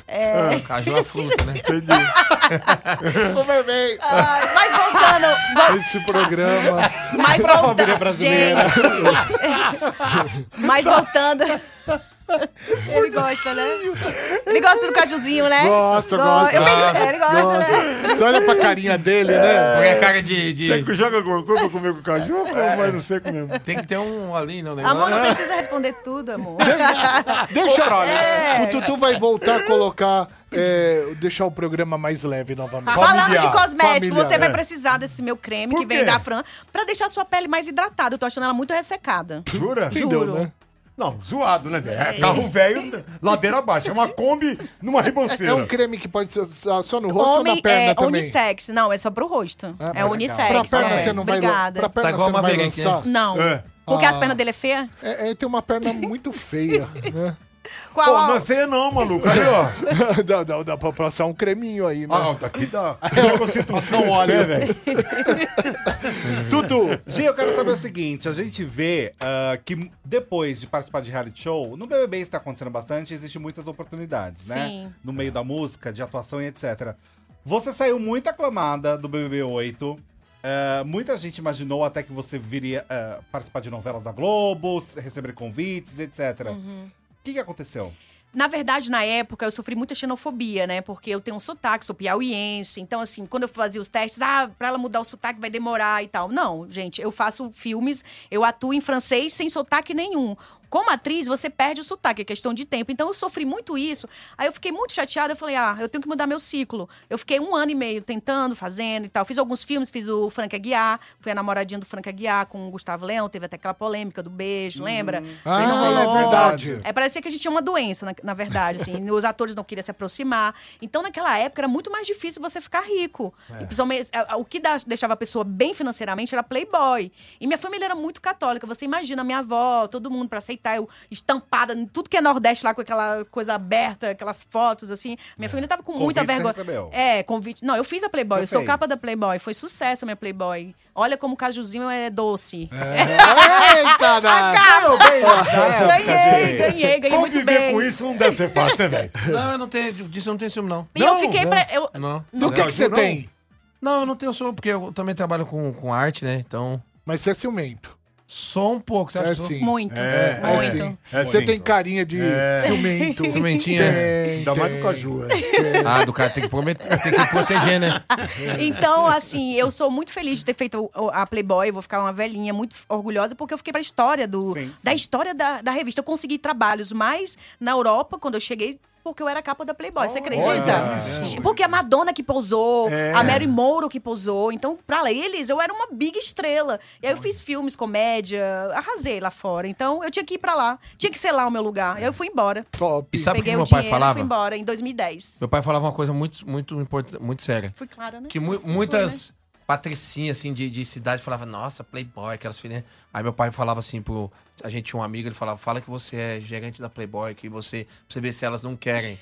Speaker 12: É. *laughs*
Speaker 16: Caju é fruta, né?
Speaker 3: Super bem.
Speaker 12: Ai, mas voltando.
Speaker 3: Esse programa.
Speaker 12: Mas
Speaker 2: Pra
Speaker 12: voltando.
Speaker 2: família brasileira.
Speaker 12: Gente. mas voltando. Ele gosta, né? Ele gosta do cajuzinho, né?
Speaker 3: Gosto,
Speaker 12: Go-
Speaker 3: gosto.
Speaker 12: Eu pensei, ele gosta, né?
Speaker 3: Você olha pra carinha dele,
Speaker 12: É.
Speaker 3: né?
Speaker 16: Porque a cara de. de...
Speaker 11: Você joga alguma coisa pra comer com caju ou vai no seco mesmo?
Speaker 16: Tem que ter um ali, não, né?
Speaker 12: Amor,
Speaker 3: É.
Speaker 12: não precisa responder tudo, amor.
Speaker 3: *laughs* Deixa
Speaker 12: É.
Speaker 3: O Tutu vai voltar a colocar. é, deixar o programa mais leve novamente.
Speaker 12: Falando de cosmético, você vai
Speaker 3: É.
Speaker 12: precisar desse meu creme
Speaker 3: Por
Speaker 12: que
Speaker 3: quê?
Speaker 12: vem da Fran pra deixar sua pele mais hidratada. Eu tô achando ela muito ressecada.
Speaker 11: Jura?
Speaker 12: Juro.
Speaker 3: né?
Speaker 11: Não, zoado, né, velho? É carro velho, ladeira abaixo. É uma Kombi numa ribanceira.
Speaker 3: É um creme que pode ser usado só no rosto ou na perna também?
Speaker 12: é
Speaker 3: Ah,
Speaker 12: unissex. Não, é só pro rosto. é
Speaker 3: legal.
Speaker 12: unissex.
Speaker 3: Pra perna
Speaker 12: é.
Speaker 3: você não vai lan-
Speaker 12: Obrigada.
Speaker 3: pra perna Tá igual você não a vai Maverick, lançar? né?
Speaker 12: Não.
Speaker 3: É.
Speaker 12: Porque
Speaker 3: Ah.
Speaker 12: as pernas dele é feia?
Speaker 3: É, é, tem uma perna muito feia, né?
Speaker 12: Qual?
Speaker 11: Pô, não é feia não, maluco. Aí, ó.
Speaker 3: *laughs* dá, dá, dá pra passar um creminho aí, *laughs* né?
Speaker 11: Ah, daqui
Speaker 5: Então.
Speaker 11: dá. Só que eu sinto um frio, né, velho? *laughs*
Speaker 5: Tutu! Gi, eu quero saber o seguinte: a gente vê ah, que depois de participar de reality show, no BBB está acontecendo bastante, existem muitas oportunidades, né?
Speaker 2: Sim.
Speaker 5: No meio da música, de atuação e etc. Você saiu muito aclamada do BBB 8. ah, muita gente imaginou até que você viria ah, participar de novelas da Globo, receber convites, etc.
Speaker 12: Uhum.
Speaker 5: O que, que aconteceu?
Speaker 12: Na verdade, na época, eu sofri muita xenofobia, né? Porque eu tenho um sotaque, sou piauiense. Então, assim, quando eu fazia os testes, ah, pra ela mudar o sotaque vai demorar e tal. Não, gente, eu faço filmes, eu atuo em francês sem sotaque nenhum. Como atriz, você perde o sotaque, é questão de tempo. Então, eu sofri muito isso. Aí eu fiquei muito chateada, eu falei, ah, eu tenho que mudar meu ciclo. Eu fiquei um ano e meio tentando, fazendo e tal. Fiz alguns filmes, fiz o Frank Aguiar, fui a namoradinha do Frank Aguiar com o Gustavo Leão, teve até aquela polêmica do beijo, lembra?
Speaker 3: Ah,
Speaker 12: Você não
Speaker 3: é
Speaker 12: falou.
Speaker 3: verdade.
Speaker 12: É, parecia que a gente tinha uma doença, na, na verdade, assim. os atores não queriam se aproximar. Então, naquela época, era muito mais difícil você ficar rico.
Speaker 13: É.
Speaker 12: E, principalmente, a- a- o que da- deixava a pessoa bem financeiramente era playboy. E minha família era muito católica. Você imagina, minha avó, todo mundo pra aceitar eu estampada, em tudo que é Nordeste lá, com aquela coisa aberta, aquelas fotos, assim. Minha família tava com muita
Speaker 5: Convite você
Speaker 12: vergonha.
Speaker 5: recebeu.
Speaker 12: É, convite. Não, eu fiz a Playboy,
Speaker 5: Você
Speaker 12: eu sou
Speaker 5: fez.
Speaker 12: capa da Playboy. Foi sucesso a minha Playboy. Olha como o cajuzinho é doce.
Speaker 3: Eita,
Speaker 12: A
Speaker 11: Cara,
Speaker 12: capa.
Speaker 11: bem, na época,
Speaker 12: *laughs* Ganhei,
Speaker 11: gente.
Speaker 12: ganhei, ganhei muito
Speaker 11: Conviver
Speaker 12: bem.
Speaker 11: com isso não deve ser fácil, né, velho?
Speaker 16: Não, eu não tenho. Disso eu não tenho ciúme, não.
Speaker 12: E eu Não? fiquei pra- eu-
Speaker 16: Não.
Speaker 12: Do que que você
Speaker 16: Não.
Speaker 12: tem?
Speaker 16: Não, eu não tenho ciúme, porque eu também trabalho com, com arte, né? Então.
Speaker 3: Mas você é ciumento.
Speaker 16: Só um pouco, certo?
Speaker 3: É sim.
Speaker 12: Muito,
Speaker 3: É, é muito. sim. Você tem carinha de ciumento.
Speaker 12: É
Speaker 16: Ciumentinha.
Speaker 12: um
Speaker 3: Tem, Ainda mais tem. do
Speaker 5: é.
Speaker 16: caju, um é. Ah, do cara tem que, prometer, tem que proteger, né?
Speaker 12: *laughs* Então, assim, eu sou muito feliz de ter feito o- a Playboy, eu vou ficar uma velhinha muito orgulhosa, porque eu fiquei pra história do, da história da, da revista. Eu consegui trabalhos mais na Europa quando eu cheguei. Porque eu era capa da Playboy, você acredita?
Speaker 13: isso.
Speaker 12: Porque a Madonna que pousou,
Speaker 13: É.
Speaker 12: a Mary Mouro que pousou. Então, pra eles, eu era uma big estrela. E aí eu fiz filmes, comédia, arrasei lá fora. Então, eu tinha que ir pra lá. Tinha que ser lá o meu lugar. Aí Eu fui embora.
Speaker 3: Top.
Speaker 16: E sabe o que
Speaker 12: Peguei
Speaker 16: meu
Speaker 12: o
Speaker 16: pai
Speaker 12: dinheiro e
Speaker 16: falava?
Speaker 12: fui embora, em 2010.
Speaker 16: Meu pai falava uma coisa muito, muito importante, muito séria.
Speaker 12: Fui clara, né?
Speaker 16: Que mu-
Speaker 12: Acho que foi,
Speaker 16: muitas
Speaker 12: né?
Speaker 16: patricinhas, assim, de, de cidade falavam, nossa, Playboy, aquelas filhinhas. Aí meu pai falava assim pro... A gente tinha um amigo, ele falava, fala que você é gerente da Playboy, que você... Pra
Speaker 12: *laughs*
Speaker 16: você ver se elas não querem.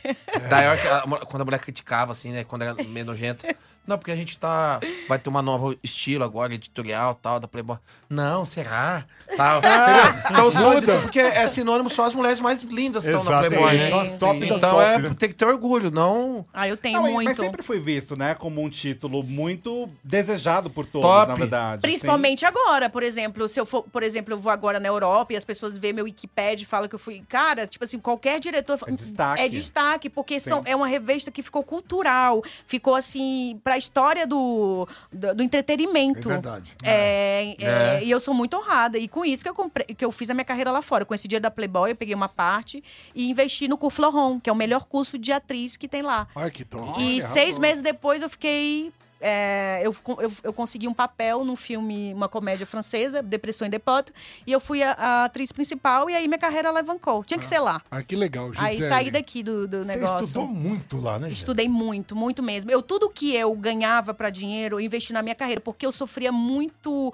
Speaker 16: Daí, a hora que a- quando a mulher criticava, assim, né? Quando era meio nojenta. Não, porque a gente tá. Vai ter uma nova estilo agora, editorial tal, da Playboy. Não, será? Tal. entendeu? então só
Speaker 11: Muda.
Speaker 16: porque é sinônimo só as mulheres mais lindas
Speaker 5: É.
Speaker 16: estão na
Speaker 5: Exato,
Speaker 16: Playboy,
Speaker 5: sim,
Speaker 16: né?
Speaker 5: só as top das
Speaker 16: então
Speaker 5: top,
Speaker 16: é,
Speaker 5: né?
Speaker 16: tem que ter orgulho, não.
Speaker 12: Ah, eu tenho
Speaker 5: Não, mas-
Speaker 12: muito.
Speaker 5: Mas sempre foi visto, né, como um título muito desejado por todos,
Speaker 16: Top.
Speaker 5: na verdade. assim.
Speaker 12: Principalmente agora, por exemplo, se eu for, por exemplo, eu vou agora na Europa e as pessoas veem meu Wikipedia e falam que eu fui. Cara, tipo assim, qualquer diretor. É
Speaker 5: destaque.
Speaker 12: É destaque, porque
Speaker 5: Sim.
Speaker 12: são, é uma revista que ficou cultural, ficou assim, pra história do, do, do entretenimento.
Speaker 11: É verdade.
Speaker 12: É, é,
Speaker 11: É.
Speaker 12: E eu sou muito honrada. E com isso que eu, comprei, que eu fiz a minha carreira lá fora. Com esse dinheiro da Playboy, eu peguei uma parte e investi no curso Floron, que é o melhor curso de atriz que tem lá.
Speaker 3: Ai, que tom.
Speaker 12: E seis meses depois eu fiquei. é, eu, co- eu, eu consegui um papel num filme, uma comédia francesa, Depressão em Depósito, e eu fui a, a atriz principal, e aí minha carreira alavancou. Tinha que ser lá.
Speaker 3: Ah, que legal, Gisele.
Speaker 12: Aí saí daqui do, do
Speaker 11: Você
Speaker 12: negócio.
Speaker 11: estudou muito lá, né? Gisele?
Speaker 12: Estudei muito, muito mesmo. Eu tudo que eu ganhava pra dinheiro, eu investi na minha carreira, porque eu sofria muito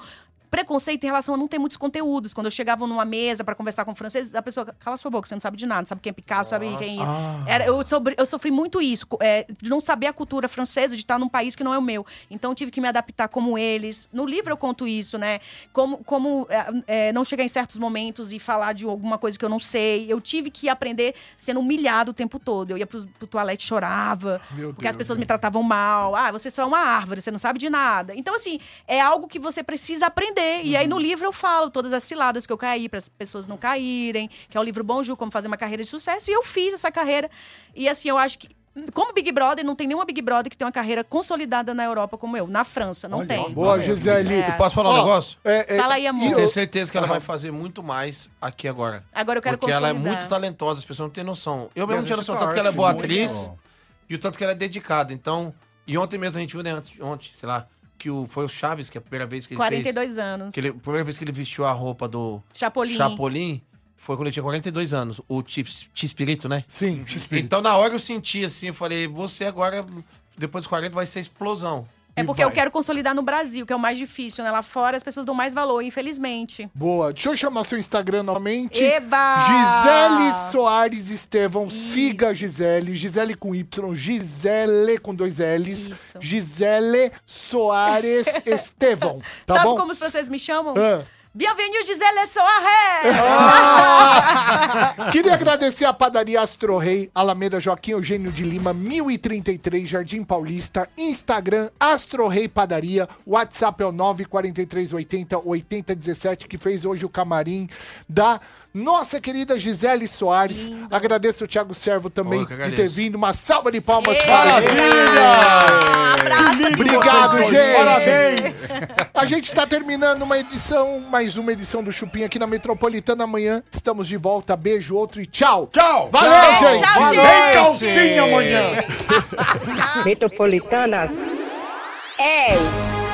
Speaker 12: preconceito em relação a não ter muitos conteúdos. Quando eu chegava numa mesa pra conversar com franceses, a pessoa cala sua boca, você não sabe de nada, sabe quem é Picasso, sabe quem é
Speaker 15: Ah.
Speaker 12: isso. Era, eu, sobre- eu sofri muito isso, co- é, de não saber a cultura francesa, de estar num país que não é o meu. Então eu tive que me adaptar como eles. No livro eu conto isso, né? Como, como é, é, não chegar em certos momentos e falar de alguma coisa que eu não sei. Eu tive que aprender sendo humilhado o tempo todo. Eu ia pro, pro toalete, chorava.
Speaker 15: Meu
Speaker 12: porque
Speaker 15: Deus,
Speaker 12: as pessoas
Speaker 15: meu.
Speaker 12: me tratavam mal. Ah, você só é uma árvore, você não sabe de nada. Então, assim, é algo que você precisa aprender. E aí no livro eu falo todas as ciladas que eu caí, para as pessoas não caírem, que é o livro Bonjour, como fazer uma carreira de sucesso. E eu fiz essa carreira. E assim, eu acho que. Como Big Brother, não tem nenhuma Big Brother que tem uma carreira consolidada na Europa como eu. Na França, não tem.
Speaker 3: Boa, Gisele.
Speaker 12: É.
Speaker 16: Posso falar um
Speaker 12: Ó,
Speaker 16: negócio?
Speaker 12: é, Fala aí, amor.
Speaker 16: Eu tenho certeza que ela vai fazer muito mais aqui agora.
Speaker 12: Agora eu quero
Speaker 16: Porque ela é
Speaker 12: consolidar.
Speaker 16: muito talentosa, as pessoas não têm noção. Eu
Speaker 5: E
Speaker 16: mesmo
Speaker 5: a
Speaker 16: não tinha
Speaker 5: gente
Speaker 16: noção, tanto que ela é boa
Speaker 5: torce
Speaker 16: atriz
Speaker 5: muito.
Speaker 16: e o tanto que ela é dedicada. Então, e ontem mesmo a gente viu, né, ante- ontem, sei lá, que o, foi o Chaves, que é a primeira vez que ele
Speaker 12: 42
Speaker 16: fez.
Speaker 12: anos.
Speaker 16: Que ele, a primeira vez que ele vestiu a roupa do
Speaker 12: Chapolin.
Speaker 16: Chapolin foi quando ele tinha 42 anos, o Tis- Tispirito, né?
Speaker 3: Sim,
Speaker 16: Então, na hora eu senti assim, eu falei, você agora, depois dos 40, vai ser explosão.
Speaker 12: É
Speaker 16: E
Speaker 12: porque eu
Speaker 16: vai.
Speaker 12: quero consolidar no Brasil, que é o mais difícil, né? Lá fora as pessoas dão mais valor, infelizmente.
Speaker 3: Boa. Deixa eu chamar seu Instagram novamente.
Speaker 12: Eba!
Speaker 3: Gisele Soares Estevão. Siga a Gisele. Gisele com Y. Gisele com dois L's. Gisele Soares Estevão. Tá
Speaker 12: Sabe
Speaker 3: bom?
Speaker 12: como os franceses me chamam?
Speaker 3: Ah.
Speaker 12: Bienvenue, Gisele Soares!
Speaker 3: Queria agradecer a padaria Astro Rei, Alameda Joaquim Eugênio de Lima, 1033, Jardim Paulista, Instagram, Astro Rei Padaria, WhatsApp é o 94380 8017, que fez hoje o camarim da nossa querida Gisele Soares. Agradeço o Thiago Servo também
Speaker 16: Eu que
Speaker 3: de
Speaker 16: agradeço.
Speaker 3: ter vindo. Uma salva de palmas para a
Speaker 11: Maravilha!
Speaker 3: Que lindo Obrigado,
Speaker 11: vocês dois.
Speaker 3: gente.
Speaker 11: Parabéns.
Speaker 3: A gente está terminando uma edição, mais uma edição do Chupim aqui na Metropolitana. Amanhã estamos de volta. Beijo, outro e tchau. Tchau. Valeu,
Speaker 11: Tchau.
Speaker 3: gente.
Speaker 11: Tchau,
Speaker 3: Sem
Speaker 11: gente.
Speaker 3: calcinha amanhã.
Speaker 13: Metropolitanas. 10.